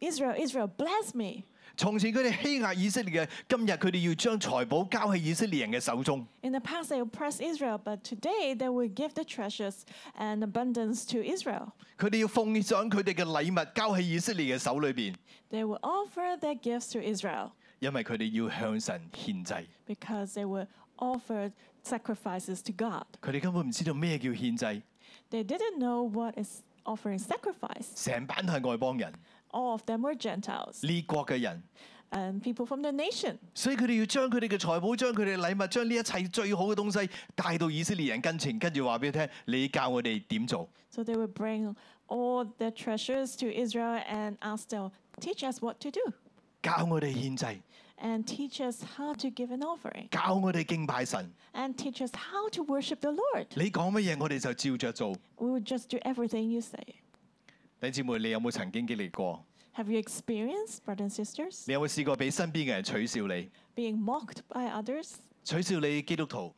S2: Israel, Israel, bless me.
S1: 從前佢哋欺壓以色列嘅，今日佢哋要將財寶交喺以色列人嘅手中。
S2: In the past, they oppressed Israel, but today they will give the treasures and abundance to Israel.
S1: 佢哋要奉上佢哋嘅禮物交喺以色列嘅手裏邊，
S2: They will offer their gifts to Israel
S1: 因為佢哋要向神獻祭。
S2: because they will offer sacrifices to God.
S1: 佢哋根本唔知道咩叫獻祭，
S2: They didn't know what is offering sacrifice.
S1: 成班都係外邦人、
S2: All of them were Gentiles
S1: 列國嘅人，
S2: and people from the nation.
S1: 所以佢哋要將佢哋嘅財寶、將佢哋嘅禮物、將呢一切最好嘅東西帶到以色列人跟前，跟住話俾佢聽：你教我哋點做？
S2: So they would bring all their treasures to Israel and ask them, teach us what to do.
S1: 教我哋獻祭，
S2: and teach us how to give an offering
S1: 教我哋敬拜神。
S2: and teach us how to worship the Lord.
S1: 你講乜嘢，我哋就照着做。
S2: We will just do everything you say.
S1: 弟兄姊妹，你有冇曾經經歷過？
S2: Have you experienced, brothers and sisters,
S1: 你有冇試過俾身邊嘅人取笑你？
S2: being mocked by others
S1: 取笑你基督徒，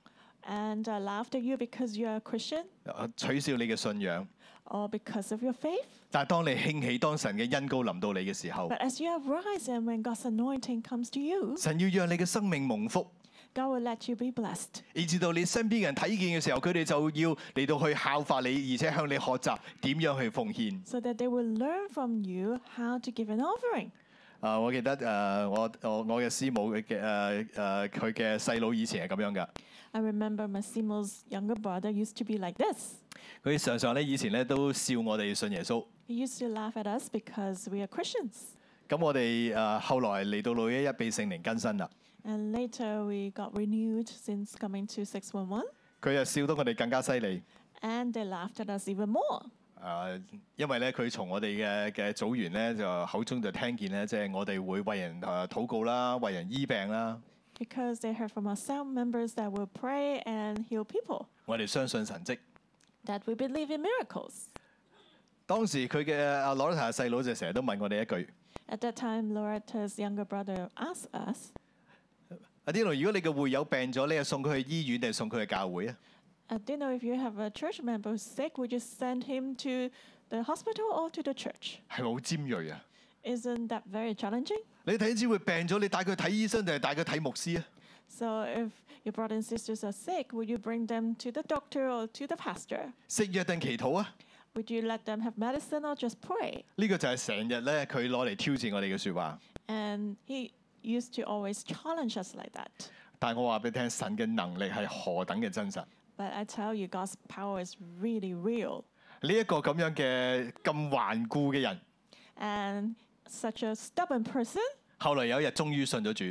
S2: and uh, laughed at you because you are a Christian
S1: 呃取笑你嘅信仰。
S2: or because of your faith?
S1: 但係當你興起，當神嘅恩膏臨到你嘅時候，
S2: But as you arise and when God's anointing comes to you,
S1: 神要讓你嘅生命蒙福，
S2: God will let you be blessed
S1: 以至到你身邊嘅人睇見嘅時候，佢哋就要嚟到去效法你，而且向你學習點樣去奉獻。
S2: so that they will learn from you how to give an offering.
S1: 啊、我記得誒、呃我我我嘅師母嘅誒誒佢嘅細佬以前係咁樣噶，
S2: I remember Massimo's younger brother used to be like this.
S1: 佢常常咧以前咧都笑我哋信耶穌。
S2: He used to laugh at us because we are Christians.
S1: 咁我哋誒、呃、後來嚟到六一一被聖靈更新啦，
S2: And later we got renewed since coming to 611,
S1: 佢又笑得我哋更加犀利。
S2: and they laughed at us even more
S1: 誒、因為咧佢從我哋嘅嘅組員咧就口中就聽見咧，即、係、我哋會為人誒、呃、禱告啦，為人醫病啦。
S2: because they heard from our cell members that will pray and heal people,
S1: 我哋相信神蹟。
S2: that we believe in miracles.
S1: 當時佢嘅阿羅塔細佬就成日都問我哋一句：
S2: At that time, Loretta's younger brother asked us,
S1: 阿天奴，如果你嘅會友病咗，你係送佢去醫院定係送佢去教會啊？
S2: Adino, if "Uh, you have a church member who's sick, would you send him to the hospital or to the church?
S1: 係咪好尖鋭啊？
S2: Isn't that very challenging?
S1: 你睇姊妹病咗，你帶佢睇醫生定係帶佢睇牧師啊？
S2: So, if your brothers and sisters are sick, would you bring them to the doctor or to the pastor?
S1: 食藥定祈禱啊？
S2: Would you let them have medicine or just pray?
S1: 呢、個就係成日咧佢攞嚟挑戰我哋嘅説話。
S2: And he used to always challenge us like that.
S1: 但係我話俾你聽，神嘅能力係何等嘅真實。
S2: But I tell you, God's power is really real.
S1: 呢一個咁樣嘅咁頑固嘅人，
S2: and such a stubborn person
S1: 後來有一日終於信咗主，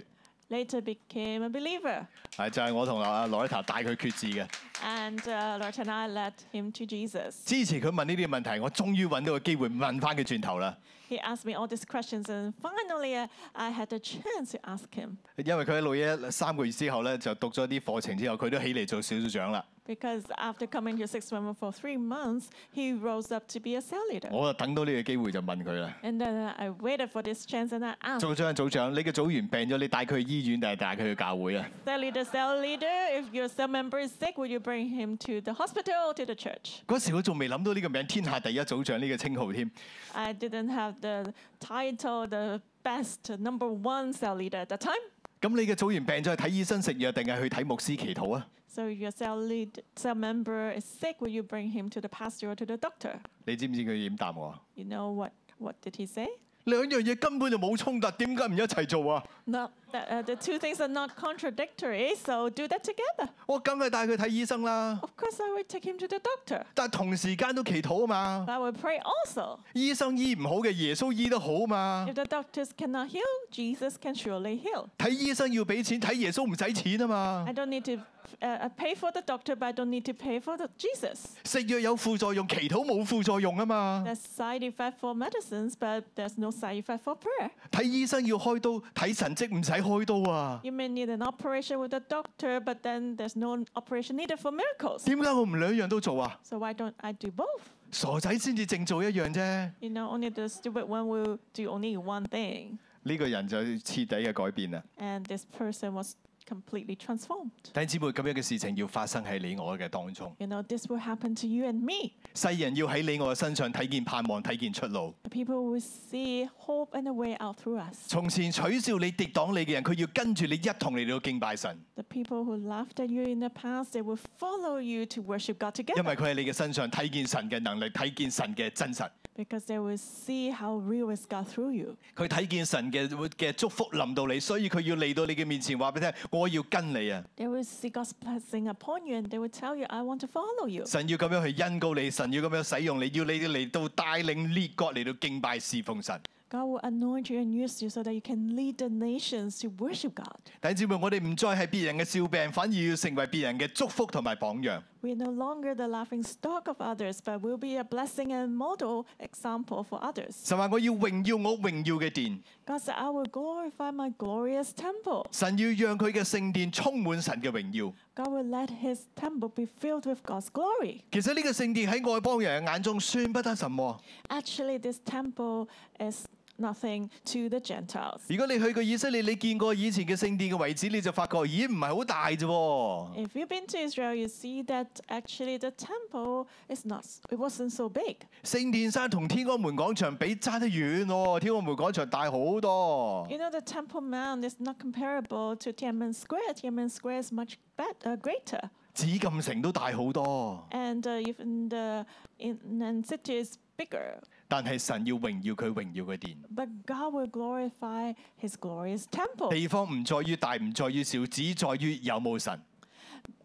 S2: later became a believer.
S1: 係就係、我同阿羅麗塔帶佢決志嘅。
S2: And uh, Lord and I led him to Jesus.
S1: 之前佢問呢啲問題，我終於揾到個機會問翻佢轉頭啦。
S2: He asked me all these questions, and finally, uh, I had a chance to ask him
S1: 因為佢喺六一三個月之後咧，就讀咗啲課程之後，佢都起嚟做小組長啦。
S2: because after coming to Six Women for three months, he rose up to be a cell leader.
S1: 我就啊等到呢個機會就問佢啦。
S2: And then uh, I waited for this chance and I asked
S1: 組長，組長，你嘅組員病咗，你帶佢去醫院定係帶佢去教會啊？
S2: cell leader, cell leader, if your cell member is sick, will you bring him to the hospital or to the church?
S1: 嗰時我仲未諗到呢個名，天下第一組長呢個稱號添。
S2: I didn't have the title, the best number one cell leader at the time.
S1: 咁你嘅組員病咗，係睇醫生食藥定係去睇牧師祈禱啊？
S2: So if your cell lead cell member is sick, will you bring him to the pastor or to the doctor?
S1: 你知唔知佢點答我啊？
S2: You know what? What did he say?
S1: 兩樣嘢根本就冇衝突，點解唔一齊做啊？
S2: Not that, uh, the two things are not contradictory, so do that together.
S1: 我梗係帶佢睇醫生啦，
S2: Of course, I will take him to the doctor.
S1: 但係同時間都祈禱啊嘛。
S2: I will pray also.
S1: 醫生醫唔好嘅，耶穌醫得好啊嘛。
S2: If the doctors cannot heal, Jesus can surely heal.
S1: 睇醫生要俾錢，睇耶穌唔使錢啊嘛
S2: I。don't need to uh, uh, pay for the doctor, but I don't need to pay for the Jesus.
S1: 食藥有副作用，祈禱冇副作用啊嘛。
S2: There's side effect for medicines, but there's no side effect for prayer.
S1: 睇醫生要開刀，睇神蹟唔使開刀啊。
S2: You may need an operation with a doctor, but then there's no operation needed for miracles.
S1: 點解我唔兩樣都做啊？
S2: So why don't I do both?
S1: 傻仔先至淨做一樣啫。
S2: You know, only the stupid one will do only one thing.
S1: 呢個人就徹底嘅改變啦。
S2: And this person was completely transformed.
S1: 弟兄姊妹，咁樣嘅事情要發生喺你我嘅當中，
S2: You know, this will happen to you and me.
S1: 世人要喺你我嘅身上睇見盼望，睇見出路。
S2: The people will see hope and a way out through us.
S1: 從前取笑你、敵擋你嘅人，佢要跟住你一同嚟到敬拜神，
S2: The people who laughed at you in the past, they will follow you to worship God
S1: 因
S2: together
S1: 為佢喺你嘅身上睇見神嘅能力，睇見神嘅真實。
S2: because they will see how real is God through you.
S1: 佢睇見神嘅嘅祝福臨到你，所以佢要嚟到你嘅面前話俾你聽，我要跟你啊！
S2: They will see God's blessing upon you and they will tell you, I want to follow you.
S1: 神要咁樣去恩膏你，神要咁樣使用你，要你嚟到帶領列國嚟到敬拜侍奉神。
S2: God will anoint you and use you so that you can lead the nations to worship God.
S1: 弟兄姊妹，我哋唔再係別人嘅笑柄，反而要成為別人嘅祝福同埋榜樣。
S2: We are no longer the laughing stock of others, but we'll be a blessing and model example for others.
S1: 神話我要榮耀我榮耀嘅殿，
S2: God said, I will glorify my glorious temple.
S1: 神要讓佢嘅聖殿充滿神嘅榮耀。
S2: God will let his temple be filled with God's glory.
S1: 其實呢個聖殿喺外邦人嘅眼中算不得什麼。
S2: Actually, this temple is nothing to the Gentiles.
S1: 如果你去過以色列，你見過以前嘅聖殿嘅遺址，你就發覺咦唔係好大啫喎。
S2: If you've been to Israel, you see that actually the temple is not it wasn't so big.
S1: 聖殿山同天安門廣場比差得遠喎、天安門廣場大好多。
S2: You know the Temple Mount is not comparable to Tiananmen Square. Tiananmen Square is much bet- uh, greater.
S1: 紫禁城都大好多，
S2: And uh, even the inland city is bigger.
S1: 但係神要榮耀佢榮耀嘅殿。
S2: But God will glorify his glorious temple.
S1: 地方唔在於大，唔在於小，只在於有冇神。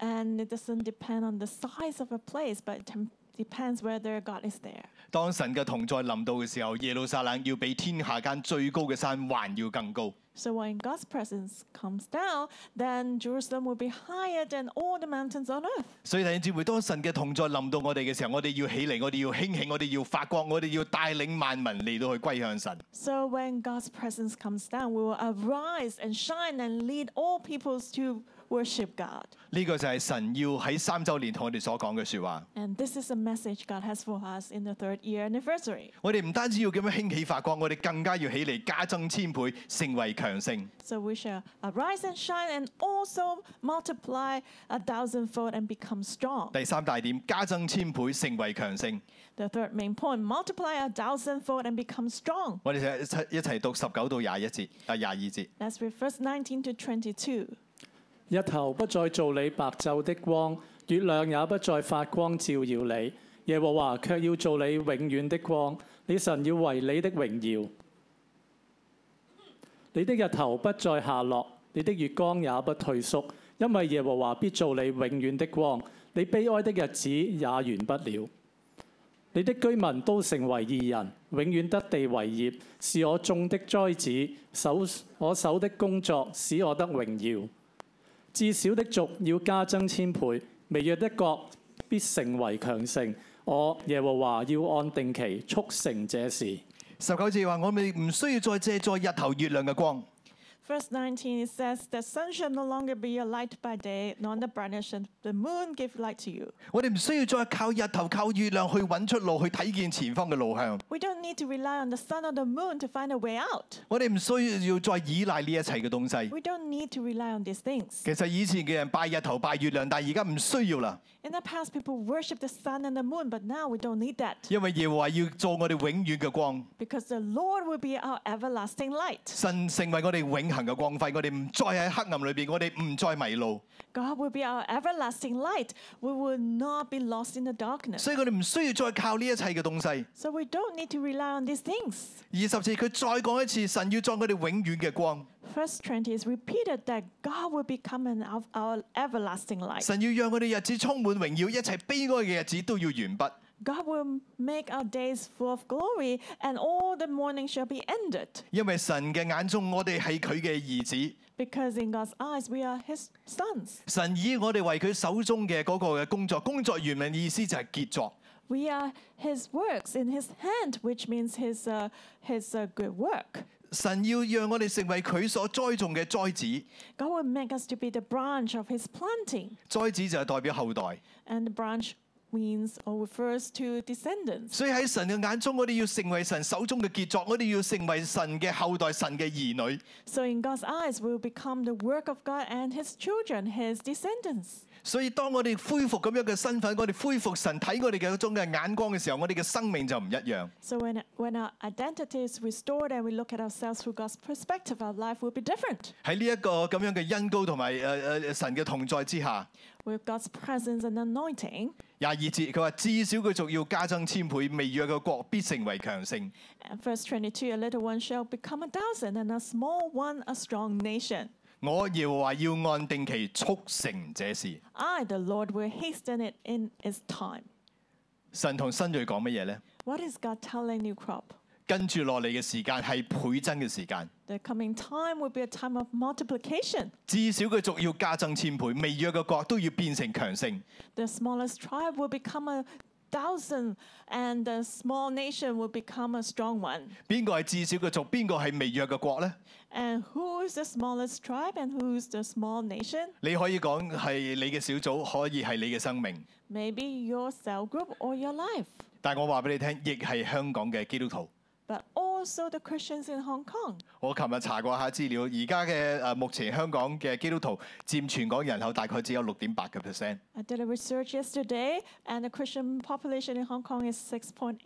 S2: And it doesn't depend on the size of a place, but it tem- depends whether God is there.
S1: 當神嘅同在臨到嘅時候，耶路撒冷要比天下間最高嘅山還要更高。
S2: So when God's presence comes down, then Jerusalem will be higher than all the mountains on earth.
S1: 所以弟兄姊妹，當神嘅同在臨到我哋嘅時候，我哋要起嚟，我哋要興起，我哋要發光，我哋要帶領萬民嚟到去歸向神。
S2: So when God's presence comes down, we will arise and shine and lead all peoples to worship God.
S1: 呢、個就係神要喺三週年同我哋所講嘅説話。
S2: And this is a message God has for us in the third year anniversary.
S1: 我哋唔單止要咁樣興起發光，我哋更加要起嚟加增千倍，成為強盛。
S2: So we shall arise and shine and also multiply a thousandfold and become strong.
S1: 第三大點，加增千倍，成為強盛。
S2: The third main point multiply a thousandfold and become strong.
S1: 我哋就一齊一齊讀十九到廿一節，啊廿二節。
S2: Let's read verse 19 to 22.
S3: 日頭不再做你白晝的光，月亮也不再發光照耀你。耶和華卻要做你永遠的光，你神要為你的榮耀。你的日頭不再下落，你的月光也不退縮，因為耶和華必做你永遠的光，你悲哀的日子也完不了。你的居民都成為義人，永遠得地為業，是我種的栽子，手我手的工作，使我得榮耀。至少的族要加增千倍，微弱的國必成為強盛。我耶和華要按定期促成這事。
S1: 十九節話：我哋唔需要再借助日頭月亮嘅光，
S2: Verse 19 it says, The sun shall no longer be your light by day, nor the brightness of the moon give light to you.
S1: 我哋唔需要再靠日頭靠月亮去揾出路，去睇見前方嘅路向。
S2: We don't need to rely on the sun or the moon to find a way out.
S1: 我哋唔需要再依賴呢一切嘅東西。
S2: We don't need to rely on these things.
S1: 其實以前嘅人拜日頭拜月亮，但係而家唔需要啦，
S2: In the past, people worship the sun and the moon, but now we don't need that
S1: 因為耶和華要做我哋永遠嘅光，
S2: because the Lord will be our everlasting light.
S1: 神成為我哋永恒嘅光輝。我哋唔再喺黑暗裏邊，我哋唔再迷路，
S2: God will be our everlasting light. We will not be lost in the darkness.
S1: 所以我哋唔需要再靠呢一切嘅東西。
S2: So we don't need to rely on these things.
S1: 二十次佢再講一次，神要作我哋永遠嘅光，
S2: Verse 20 is repeated that God will become an of our everlasting light.
S1: 神要讓我哋日子充滿榮耀，一切悲哀嘅日子都要完畢。
S2: God will make our days full of glory, and all the mourning shall be ended.
S1: 因為神嘅眼中，我哋係佢嘅兒子，
S2: Because in God's eyes, we are His sons.
S1: 神以我哋為佢手中嘅嗰個嘅工作，工作原文意思就係傑作。
S2: We are His works in His hand, which means His, uh, his uh, good work.
S1: 神要讓我哋成為佢所栽種嘅栽子，
S2: God will make us to be the branch of His planting,
S1: 栽子就係代表後代。
S2: and the branch means or refers to descendants.
S1: 所以喺神嘅眼中，我哋要成為神手中嘅傑作，我哋要成為神嘅後代、神嘅兒女。
S2: So in God's eyes, we will become the work of God and His children, His descendants.
S1: 所以當我哋恢復咁樣嘅身份，我哋恢復神睇我哋嘅嗰種嘅眼光嘅時候，我哋嘅生命就唔一樣。
S2: So when, when our identity is restored and we look at ourselves through God's perspective, our life will be different.
S1: 喺呢一個咁樣嘅恩高同埋誒誒神嘅同在之下，
S2: With God's presence and anointing,
S1: 廿二節佢話：至少佢仲要加增千倍，微弱嘅國必成為強盛。
S2: and verse 22, a little one shall become a thousand, and a small one a strong nation.
S1: 我耶和華要按定期促成這事。
S2: I, the Lord, will hasten it in its time.
S1: 神同新锐講乜嘢呢？
S2: What is God telling you, crop?
S1: 跟住落嚟嘅時間係倍增嘅時間，
S2: The coming time will be a time of multiplication.
S1: 至少佢仲要加增千倍，微弱嘅國都要變成強盛。
S2: The smallest tribe will become a thousand, and the small nation will become a strong one.
S1: 邊個係至少嘅族？邊個係微弱嘅國呢？
S2: And who is the smallest tribe and who is the small nation?
S1: 你可以講係你嘅小組，可以係你嘅生命，
S2: Maybe your cell group or your life,
S1: 但我話俾你聽，亦係香港嘅基督徒。
S2: but also the Christians in Hong Kong.
S1: 我琴日查過下資料，而家嘅誒目前香港嘅基督徒佔全港人口大概只有六點八嘅 percent，
S2: I did a research yesterday, and the Christian population in Hong Kong is 6.8.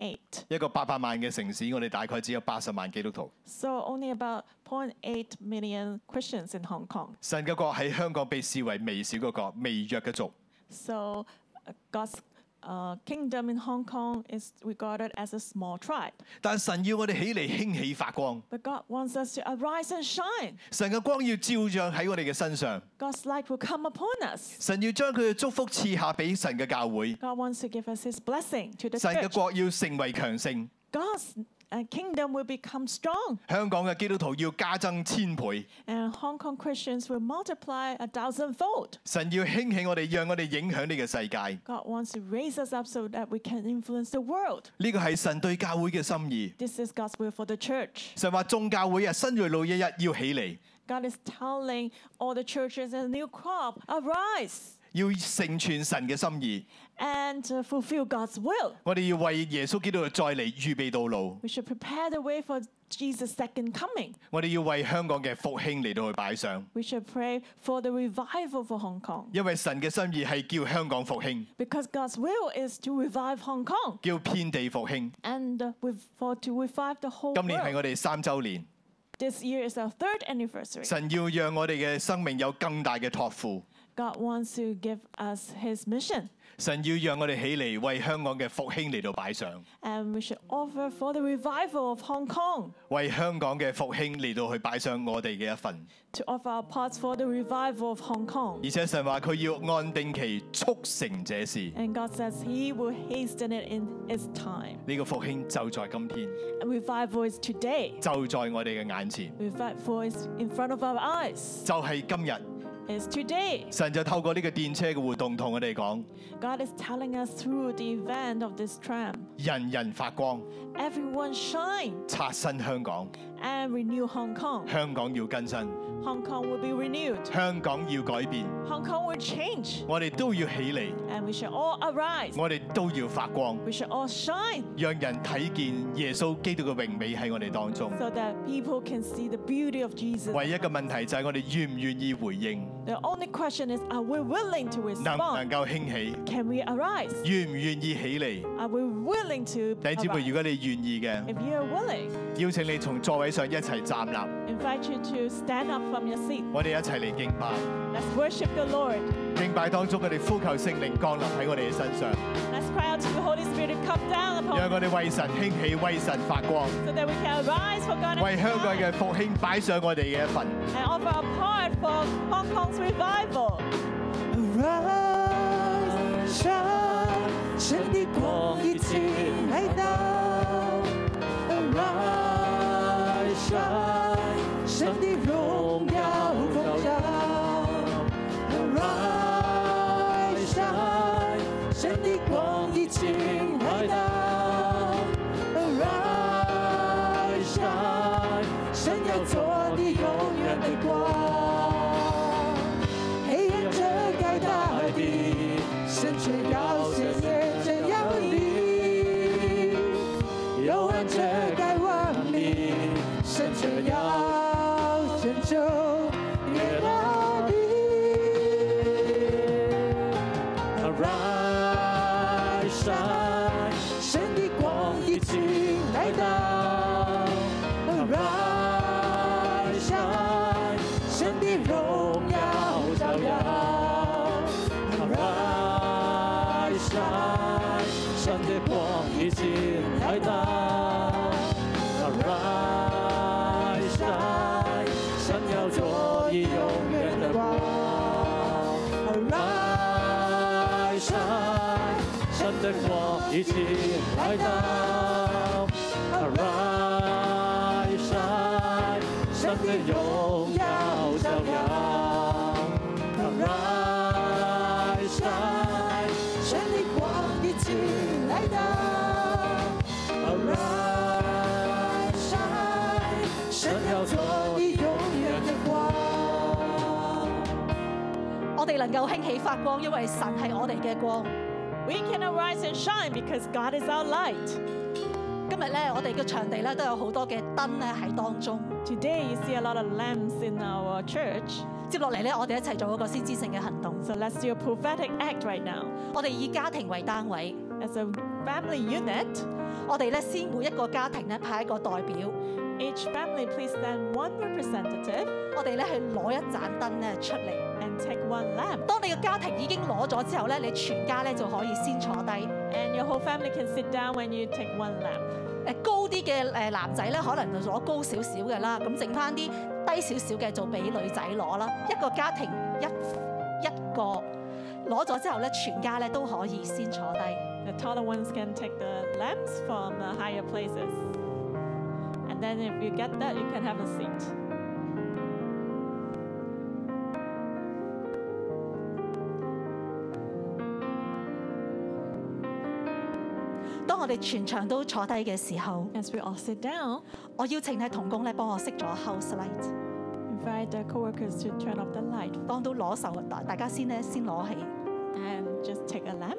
S1: 一個八百萬嘅城市，我哋大概只有八十萬基督徒。
S2: So only about 0.8 million Christians in Hong Kong.
S1: 神嘅國喺香港被視為微小嘅國、微弱嘅族。
S2: So uh, God's uh, kingdom in Hong Kong is regarded as a small tribe.
S1: 但神要我哋起嚟興起發光，
S2: But God wants us to arise and shine.
S1: 神嘅光要照亮喺我哋嘅身上，
S2: God's light will come upon us.
S1: 神要將佢嘅祝福賜下俾神嘅教會，
S2: God wants to give us His blessing to the
S1: 神嘅
S2: church.
S1: 國要成為強盛，
S2: God's uh, kingdom will become strong,
S1: 香港嘅基督徒要加增千倍，
S2: and Hong Kong Christians will multiply a thousandfold.
S1: 神要興起我哋，讓我哋影響呢個世界。
S2: God wants to raise us up so that we can influence the world.
S1: 呢個係神對教會嘅心意。
S2: This is God's will for the church.
S1: 神話眾教會啊，新锐路一日要起嚟，
S2: God is telling all the churches and new crop, arise
S1: 要成全神嘅心意。
S2: and uh, fulfill God's will.
S1: 我哋要為耶穌基督嘅再嚟預備道路，
S2: We should prepare the way for Jesus' second coming.
S1: 我哋要為香港嘅復興嚟到去擺上，
S2: We should pray for the revival for Hong Kong
S1: 因為神嘅心意係叫香港復興，
S2: because God's will is to revive Hong Kong.
S1: 叫遍地復興。
S2: and uh, we've fought to revive the whole
S1: 今年係
S2: world.
S1: 我哋三週年，
S2: This year is our third anniversary.
S1: 神要讓我哋嘅生命有更大嘅托付，
S2: God wants to give us His mission,
S1: 神要讓我哋起嚟為香港嘅復興嚟到擺上，
S2: and we should offer for the revival of Hong Kong,
S1: 為香港嘅復興嚟到去擺上我哋嘅一份。
S2: to offer our parts for the revival of Hong Kong.
S1: 而且神話佢要按定期促成這事，呢、
S2: And God says He will hasten it in His time.
S1: 個復興就在今天，
S2: And revival is today.
S1: 就在我哋嘅眼前，
S2: Revival is in front of our eyes.
S1: 就係今日。
S2: It's today.
S1: 神就透過呢個電車嘅活動同我哋講：
S2: God is telling us through the event of this tram,
S1: 人人發光，
S2: everyone shine
S1: 刷新香港，
S2: and renew Hong Kong.
S1: 香港要更新，
S2: Hong Kong will be renewed.
S1: 香港要改變，
S2: Hong Kong will change.
S1: 我哋都要起嚟，
S2: And we shall all arise.
S1: 我哋都要發光，
S2: We shall all shine
S1: 讓人睇見耶穌基督嘅榮美喺我哋當中。
S2: so that people can see the beauty of Jesus.
S1: 唯一嘅問題就係我哋願唔願意回應，
S2: The only question is are we willing to
S1: 能唔
S2: respond?
S1: 能夠興起，
S2: Can we arise?
S1: 願唔願意起嚟？
S2: Are we willing to
S1: 弟兄姊妹，
S2: arise?
S1: 如果你願意嘅，
S2: If you're willing,
S1: 邀請你從座位上一齊站立，
S2: invite you to stand up from your seat.
S1: 我哋一齊嚟敬拜。
S2: Let's worship the Lord.
S1: 敬拜當中，我哋呼求聖靈降臨喺我哋嘅身上，
S2: Let's cry out to the Holy Spirit to come down upon
S1: 讓
S2: us
S1: 我哋為神興起，為神發光，
S2: so that we can arise for God and,
S1: 為香港
S2: shine
S1: 嘅復興擺上我哋嘅一份。
S2: and offer our part for Hong Kong's revival.
S4: Arise, shine，神的光已经来到。Arise, shine，神的荣耀光照。Arise, shine，神的光已经来到。Arise, shine，神要做你永远的光。黑夜遮盖大地，神却要显现真耀力；幽暗遮盖万民，神却要拯救越大地。Arise, shine，神的光已经来到。Arise, shine，神的荣耀照耀。Arise, shine，神的光已经来到。Arise, shine，神要做你永远的光。Arise, shine，神的光已经来到。Arise, shine，神的荣耀照耀。Arise, shine，神的光已经来到。Arise, shine，神要做你永远的光。
S5: 我哋能夠興起發光，因為神係我哋嘅光。
S2: We can arise and shine because God is our light.
S5: 今日咧，我哋嘅場地咧都有好多嘅燈咧喺當中。
S2: Today, you see a lot of lamps in our church.
S5: 接落嚟咧，我哋一齊做一個先知性嘅行動。
S2: So let's do a prophetic act right now.
S5: 我哋以家庭為單位，
S2: As a family unit,
S5: 我哋咧先每一個家庭咧派一個代表，
S2: each family please send one representative
S5: 我哋咧去攞一盞燈咧出嚟。
S2: and take one lamp.
S5: 當你嘅家庭已經攞咗之後咧，你全家咧就可以先坐低。
S2: And your whole family can sit down when you take one lamp.
S5: 誒高啲嘅誒男仔咧，可能就攞高少少嘅啦，咁剩翻啲低少少嘅就俾女仔攞啦。一個家庭一一個攞咗之後咧，全家咧都可以先坐低。
S2: The taller ones can take the lamps from the higher places. And then if you get that, you can have a seat.
S5: 當我哋全場都坐低嘅時候，
S2: As we all sit down,
S5: 我邀請咧童工咧幫我熄咗 house light。
S2: invite the coworkers to turn off the light
S5: 當到攞手，啊大大家先咧先攞起。
S2: and just take a lamp.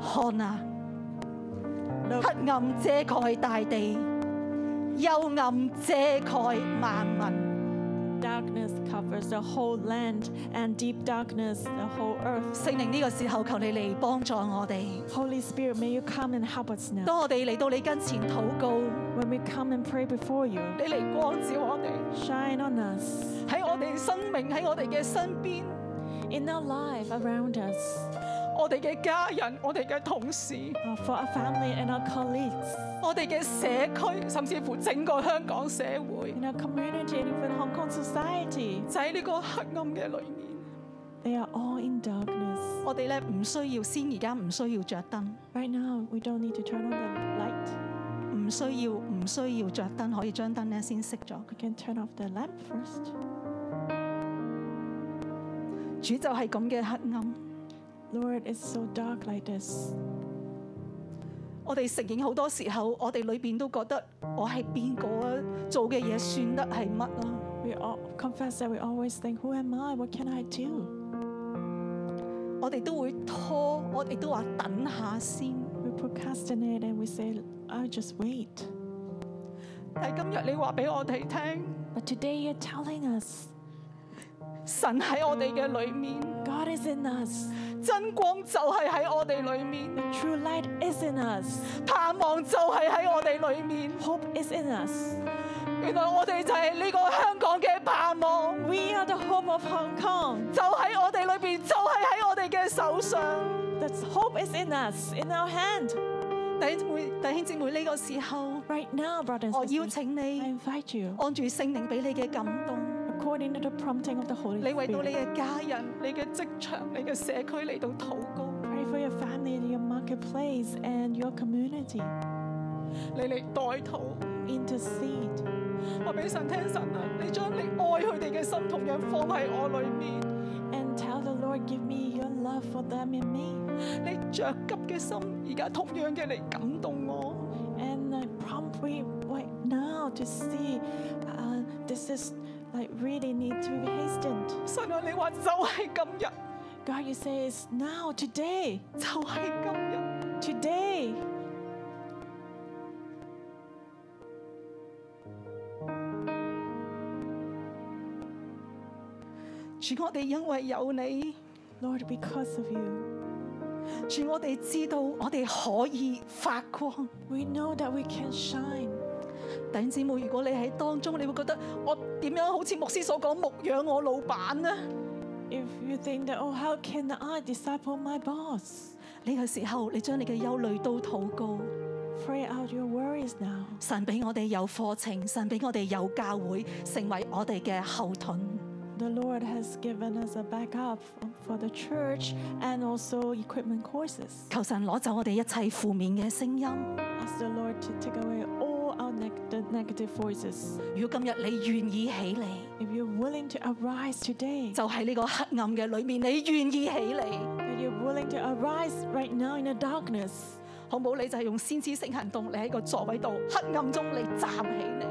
S5: 看啊，黑暗遮蓋大地，幽暗遮蓋萬民。
S2: darkness covers the whole land and deep darkness the whole earth.
S5: 聖靈呢個時候，求你嚟幫助我哋。
S2: Holy Spirit, may you come and help us now.
S5: 當我哋嚟到你跟前禱告，
S2: When we come and pray before you,
S5: 你嚟光照我哋
S2: shine on us
S5: 喺我哋生命喺我哋嘅身邊，
S2: in our life, around us,
S5: 我哋嘅家人、我哋嘅同事、
S2: uh, for our family and our colleagues,
S5: 我哋嘅社區，甚至乎整個香港社會，
S2: in our community, and even Hong Kong society.
S5: 就喺呢個黑暗嘅裏面。
S2: They are all in darkness.
S5: 我哋咧唔需要先，而家唔需要着燈，
S2: Right now, we don't need to turn on the light.
S5: 唔需要唔需要着燈，可以將燈咧先熄咗佢。
S2: We can turn off the lamp first.
S5: 主就係咁嘅黑暗，
S2: Lord, it's so dark like this.
S5: 我哋承認好多時候，我哋裏邊都覺得我係邊個啊？做嘅嘢算得係乜啊？
S2: We all confess that we always think, Who am I? What can I do?
S5: 我哋都會拖，我哋都話等下先。
S2: We procrastinate and we say, I'll just wait.
S5: 但係今日你話俾我哋聽，
S2: But today you're telling us
S5: 神喺我哋嘅裏面，
S2: God is in us.
S5: 真光就係喺我哋裏面，
S2: The true light is in us.
S5: 盼望就係喺我哋裏面。
S2: Hope is in us.
S5: 原來我哋就係呢個香港嘅盼望，
S2: We are the hope of Hong Kong.
S5: 就喺我哋裏邊，就係喺我哋嘅手上。
S2: That hope is in us, in our hand.
S5: 弟兄姊妹，弟兄姊妹呢個時候，
S2: Right now, brothers
S5: 我
S2: and
S5: 邀
S2: sisters,
S5: 請
S2: I
S5: 你 Oh.
S2: invite you,
S5: 按住聖靈俾你嘅感動，
S2: according to the prompting of the Holy
S5: 你為到你
S2: Spirit,
S5: 嘅家人、你嘅職場、你嘅社區嚟到禱告，
S2: pray for your family, your marketplace, and your community.
S5: 你嚟代禱。
S2: Intercede.
S5: 我俾神聽神啊，你將你愛佢哋嘅心同樣放喺我裏面，
S2: And tell the Lord, give me your love for them and me.
S5: 你着急嘅心而家同樣嘅嚟感動我，
S2: And uh, prompt me right now to see uh, this is like really need to be hastened.
S5: 神啊，你話就係今日，
S2: God, you say it's now, today,
S5: 就係今日，
S2: today.
S5: 主我哋因為有你，
S2: Lord, because of you,
S5: 主我哋知道我哋可以發光。
S2: we know that we can shine.
S5: 弟兄姊妹，如果你喺當中，你會覺得我點樣好似牧師所講牧養我老闆呢？
S2: If you think that, oh, how can I disciple my boss?
S5: 呢個時候，你將你嘅憂慮都禱告。
S2: Pray out your worries now.
S5: 神俾我哋有課程，神俾我哋有教會，成為我哋嘅後盾。
S2: The Lord has given us a backup for the church and also equipment courses.
S5: 求神攞走我哋一切負面嘅聲音。
S2: Ask the Lord to take away all our neg- the negative voices.
S5: 如果今日你願意起嚟，
S2: If you're willing to arise today,
S5: 就喺呢個黑暗嘅裏面，你願意起嚟，
S2: that you're willing to arise right now in the darkness.
S5: 好唔好？你就係用先知性行動，你喺個座位度黑暗中你站起嚟，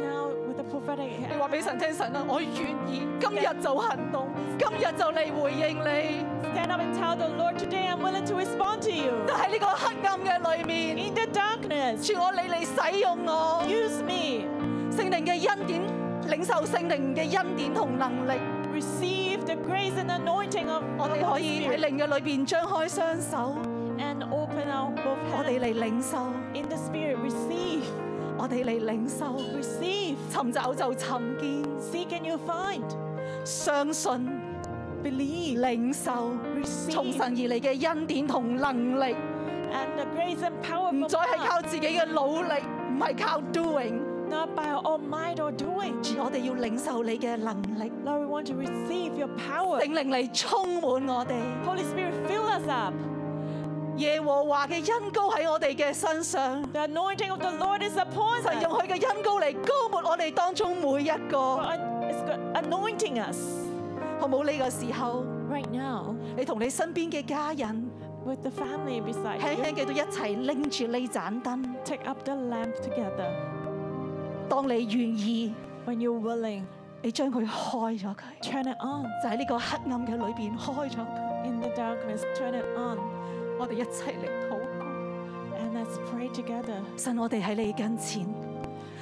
S2: Now, with the prophetic
S5: 你話俾神聽，神啊，我願意，今日就行動，今日就嚟回應你，
S2: Stand up and tell the Lord today, I'm willing to respond to you.
S5: 就喺呢個黑暗嘅裏面，
S2: In the darkness,
S5: 主我你嚟使用我，
S2: use me.
S5: 聖靈嘅恩典，領受聖靈嘅恩典同能力，
S2: Receive the grace and anointing of
S5: 我
S2: the
S5: 哋可
S2: Holy
S5: 以喺
S2: Spirit
S5: 靈嘅裏邊張開雙手，
S2: and open our both
S5: 我哋
S2: hands.
S5: 嚟領受。
S2: In the Spirit, receive,
S5: 我哋嚟領受，
S2: receive.
S5: 尋找就尋見，
S2: Seek and you'll find.
S5: 相信
S2: Believe,
S5: 領受，從
S2: receive,
S5: 神而嚟嘅恩典同能力，
S2: and the grace and power
S5: 唔
S2: from
S5: 再係
S2: God,
S5: 靠自己嘅努力，唔係靠 doing。
S2: not by our own might or doing.
S5: 主，我哋要領受你嘅能力，
S2: Lord, we want to receive your power.
S5: 聖靈嚟充滿我哋，
S2: Holy Spirit, fill us up.
S5: 耶和華嘅恩膏喺我哋嘅身上，
S2: The anointing of the Lord is upon
S5: 神用
S2: us.
S5: 佢嘅恩膏嚟高抹我哋當中每一個，
S2: It's good, anointing us.
S5: 好冇？呢個時候，
S2: Right now,
S5: 你同你身邊嘅家人
S2: with the family beside
S5: 輕
S2: you,
S5: 輕嘅都一齊拎住呢盞燈，
S2: take up the lamp together.
S5: 當你願意。
S2: When you're willing,
S5: 你將佢開咗佢，
S2: turn it on.
S5: 就喺呢個黑暗嘅裏邊開咗佢。
S2: In the darkness, turn it on.
S5: 我哋一齊嚟禱告，
S2: And let's pray together.
S5: 神，我哋喺你跟前，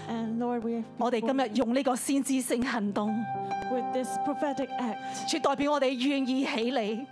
S2: And Lord, we
S5: 我哋今日用呢個先知性行動，
S2: with this prophetic act,
S5: 主代表我哋願意起嚟，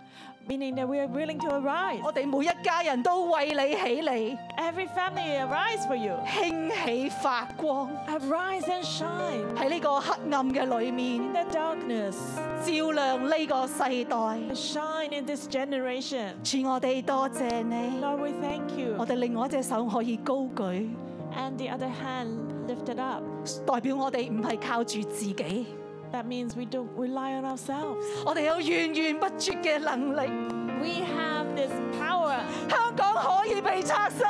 S2: meaning that we are willing to arise.
S5: 我哋每一家人都為你起嚟，
S2: Every family arise for you.
S5: 興起發光
S2: Arise and shine
S5: 喺呢個黑暗嘅裏
S2: in
S5: 面，
S2: the darkness.
S5: 照亮呢個世代。
S2: Shine in this generation.
S5: 主我哋多謝你，
S2: Lord, we thank
S5: 我
S2: you.
S5: 哋另外一隻手可以高舉，
S2: And the other hand lifted up.
S5: 代表我哋唔係靠住自己，
S2: That means we don't rely on ourselves.
S5: 我哋有源源不絕嘅能力，
S2: We have this power,
S5: 香港可以被刷新，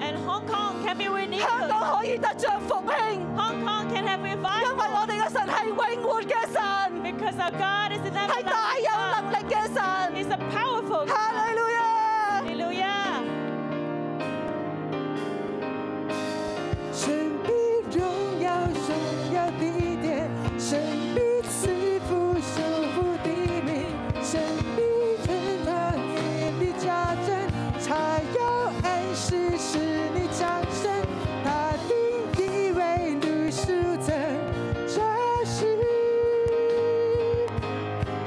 S2: and Hong Kong can be renewed.
S5: 香
S2: Hong
S5: 港可以得着復興。
S2: Kong can have
S5: 因為
S2: revival
S5: 我哋嘅神係永活嘅神，
S2: because our God is an
S5: 係
S2: everlasting
S5: 大有
S2: God.
S5: 能力嘅神。
S2: He's a powerful God.
S5: 哈利路亞！
S2: Hallelujah.
S4: 神必荣耀，荣耀的殿；神必赐福，守护的民；神必疼爱你的家珍，他要恩赐使你长生，他定义为你赎赠，这是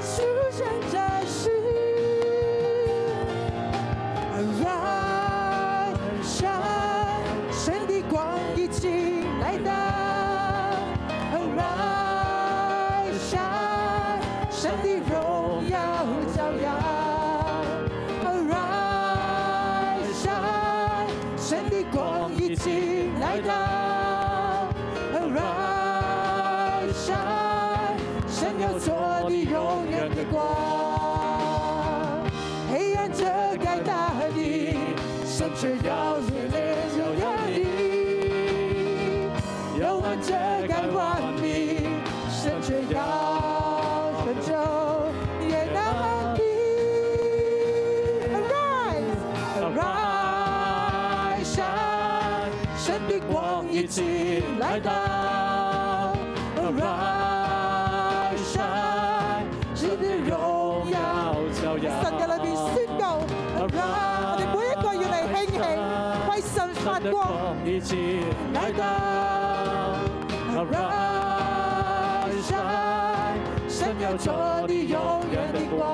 S4: 赎赠，这是。Arise, shine，神的光已经来到。Arise, shine，神的荣耀照耀。Arise, shine，神的光已经来到。Arise, shine，神要做你永远的光。黑暗遮盖大地，神却要热烈荣耀你。幽暗遮盖万民，神却要拯救耶和华的。Arise, arise, shine，神的光已经来到。Arise, shine，神的荣耀。神嘅裏邊宣告，我哋每一個要嚟興起，為神發光。來到，Arise shine，神要做你永遠的光。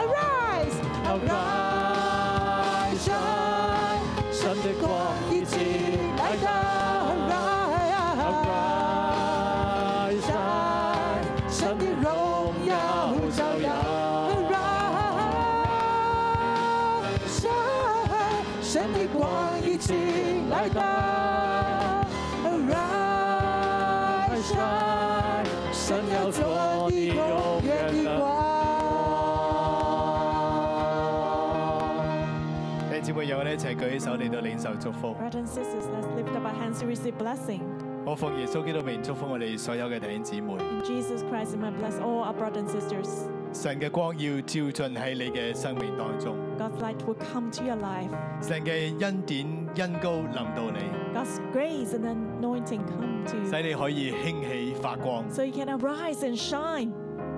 S4: Arise，Arise shine，神的光已經來到。Arise shine，神的榮耀照耀。Arise shine，神的光已經來到。Arise shine，神要做你永遠的光。
S1: 弟兄姊妹，讓我哋一齊舉起手嚟到領受祝福。
S2: Brothers and sisters, let's lift up our hands to receive blessing.
S1: 我奉耶穌基督名祝福我哋所有嘅弟兄姊妹。
S2: In Jesus Christ, we might bless all our brothers and sisters.
S1: 神嘅光要照進喺你嘅生命當中，
S2: God's light will come to your life.
S1: 神嘅恩典恩膏臨到你，
S2: God's grace and anointing come to you.
S1: 使你可以興起發光，
S2: So you can arise and shine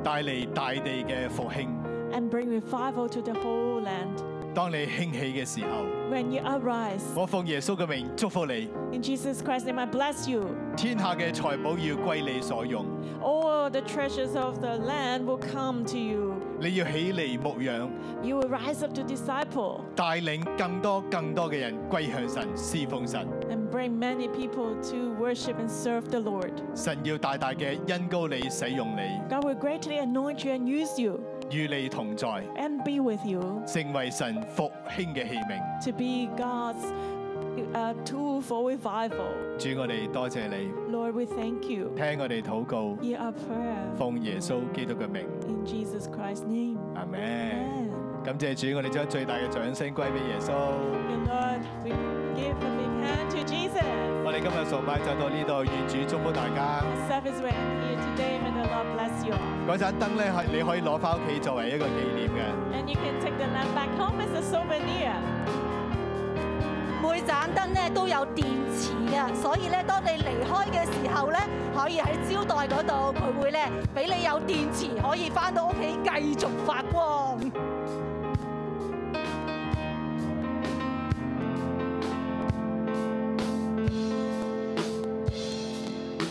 S1: 帶嚟大地嘅復興。
S2: and bring revival to the whole land.
S1: 當你興起嘅時候，
S2: When you arise,
S1: 我奉耶穌嘅名祝福你，
S2: in Jesus Christ's name, I bless you.
S1: 天下嘅財寶要歸你所用，
S2: All the treasures of the land will come to you.
S1: 你要起嚟牧養，
S2: You will rise up to disciple
S1: 帶領更多更多嘅人歸向神，侍奉神。
S2: and bring many people to worship and serve the Lord.
S1: 神要大大嘅恩膏你，使用你，
S2: God will greatly anoint you and use you
S1: 與你同在，
S2: and be with you
S1: 成為神復興嘅器皿。
S2: to be God's uh, tool for revival.
S1: 主，我哋多謝你，
S2: Lord, we thank you.
S1: 聽我哋禱告，
S2: Hear our prayer
S1: 奉耶穌基督嘅名，
S2: in Jesus Christ's name.
S1: 阿門。
S2: Amen.
S1: 感謝主，我哋將最大嘅掌聲歸俾耶穌。
S2: Dear Lord, we give a big hand to Jesus.
S1: 我哋今日崇拜就到呢度，願主祝福大家。
S2: The service we're in here today, may the Lord bless you all.
S1: 嗰盞燈咧係你可以攞翻屋企作為一個紀念嘅。
S2: And you can take the lamp back home as a souvenir.
S5: 每盞燈咧都有電池嘅，所以咧當你離開嘅時候咧，可以喺招待嗰度，佢會咧俾你有電池，可以翻到屋企繼續發光。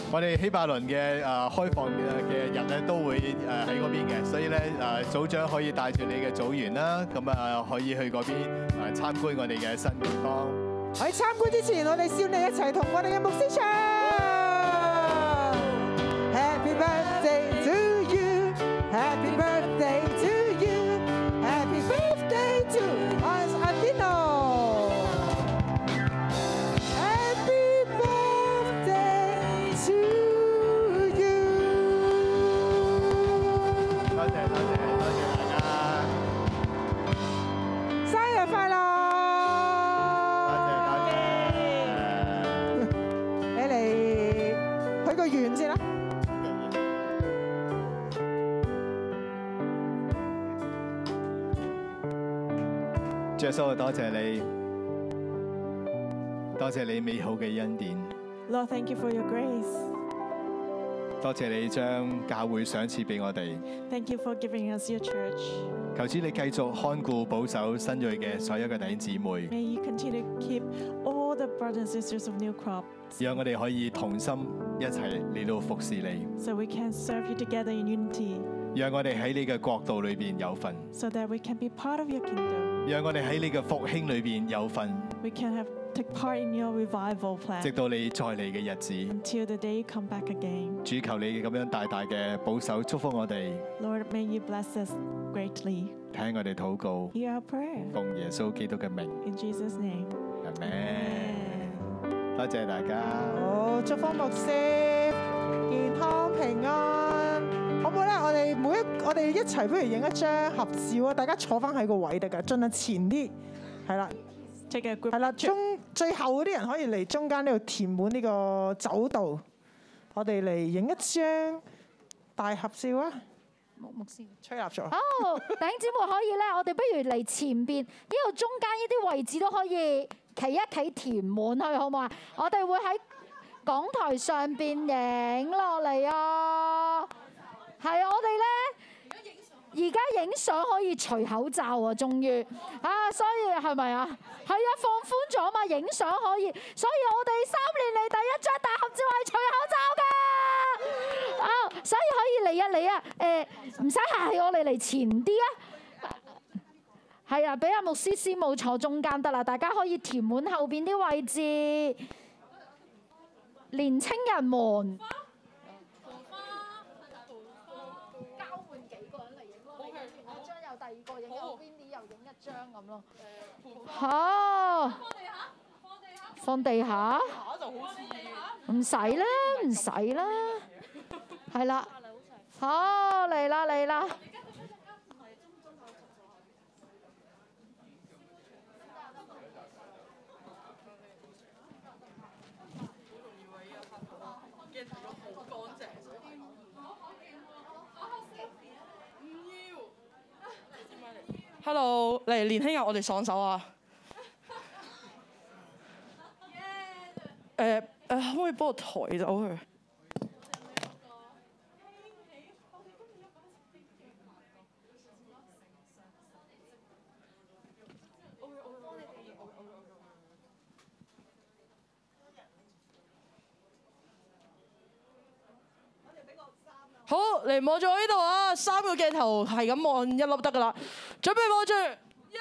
S1: 我哋希伯倫嘅誒呃開放嘅嘅日咧都會誒呃喺嗰邊嘅，所以咧誒組長可以帶住你嘅組員啦，咁啊可以去嗰邊誒參觀我哋嘅新地方。
S4: 喺參觀之前，我哋少你一齊同我哋嘅牧師唱 Happy birthday to you, Happy birthday to you, Happy birthday to us Adino. Happy birthday to you，
S1: 多謝多謝多謝大家，
S4: 生日快
S1: 多
S4: 樂！
S1: 謝多謝。
S4: 你嚟許個願先啦。
S1: 耶穌，多謝你，多謝你美好嘅恩典，
S2: Lord, thank you for your grace.
S1: 多謝你將教會賞賜俾我哋。
S2: Thank you for giving us your church.
S1: 求主你繼續看顧保守新蕊嘅所有嘅弟兄姊妹，
S2: May you continue to keep all the brothers and sisters of New Crop
S1: 讓我哋可以同心一齊嚟到服侍你，
S2: so we can serve you together in unity,
S1: 讓我哋喺你嘅國度裏邊有份，
S2: so that we can be part of your kingdom.
S1: 讓我哋喺你嘅復興裏邊有份，
S2: We can have take part in your revival
S1: 直
S2: plan
S1: 到你再嚟嘅日子。
S2: until the day you come back again.
S1: 主求你咁樣大大嘅保守祝福我哋，
S2: Lord, may you bless us greatly.
S1: 聽我哋禱告，
S2: Hear our prayer.
S1: 奉耶穌基督嘅名，
S2: In Jesus' name.
S1: 阿門。多謝大家。
S4: 好，祝福牧師健康平安，好唔好咧？我哋每一我哋一齊不如影一張合照啊！大家坐翻喺個位得㗎，盡量前啲，係啦，
S2: Take a group
S4: 係啦，
S2: trip.
S4: 中最後嗰啲人可以嚟中間呢度填滿呢個走道，我哋嚟影一張大合照啊！
S6: 木木先。
S4: 吹蠟燭啊，
S6: 好，弟兄姊妹可以咧，我哋不如嚟前邊呢度中間呢啲位置都可以企一企填滿去，好唔好啊？我哋會喺講台上邊影落嚟啊！係啊，我哋咧而家影相可以除口罩啊，終於啊，所以係咪啊？係啊，放寬咗嘛，影相可以，所以我哋三年嚟第一張大合照係除口罩㗎。啊，所以可以嚟啊嚟啊，誒唔使客氣，我哋嚟前啲啊！係啊，俾阿牧師師母坐中間得啦，大家可以填滿後邊啲位置。年青人們，交換幾個人嚟影咯，你影完一張又第二個影，又 Winnie 又影一張咁咯。好，放地下，唔使啦，唔使啦，係啦，好嚟啦嚟啦。
S7: Hello，嚟年輕人，我哋爽手啊！誒誒、可唔可以幫我抬走佢？好，嚟望住我呢度啊！三個鏡頭係咁望一粒得噶啦，準備望住。一、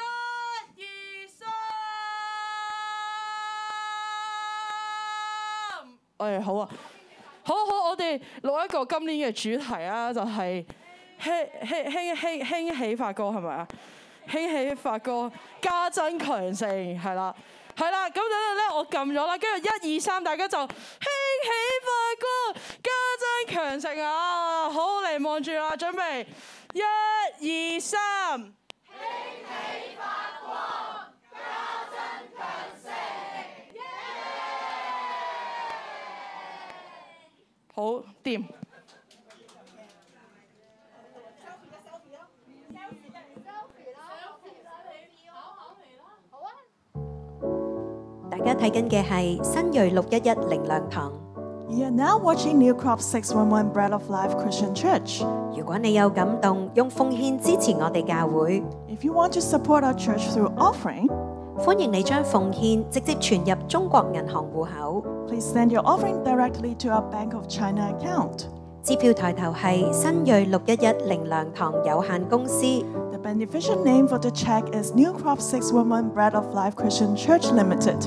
S7: 二、三。誒好啊，好好，我哋錄一個今年嘅主題啊，就係興興興興興起發哥係咪啊？興起發哥加增強盛係啦，係啦，咁等陣咧我撳咗啦，跟住一二三，大家就興起發哥加增強盛啊！好嚟望住啦，準備一二三。1, 2, 好掂。
S8: 大家睇緊嘅係新锐六一一靈糧堂。
S2: You're now watching New Crop 611 Bread of Life Christian Church.
S8: 如果你有感動，用奉獻支持我哋教會，
S2: If you want to support our church through offering,
S8: 歡迎你將奉獻直接存入中國銀行戶口。
S2: Please send your offering directly to our Bank of China account.
S8: 支票抬頭係新锐六一一零糧堂有限公司。
S2: The beneficial name for the check is New Crop 611 Bread of Life Christian Church Limited.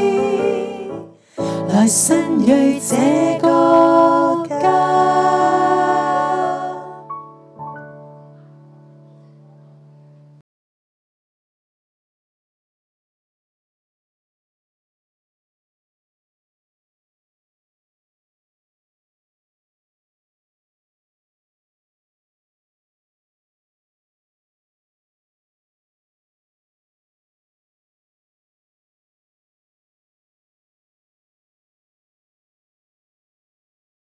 S4: 來新锐這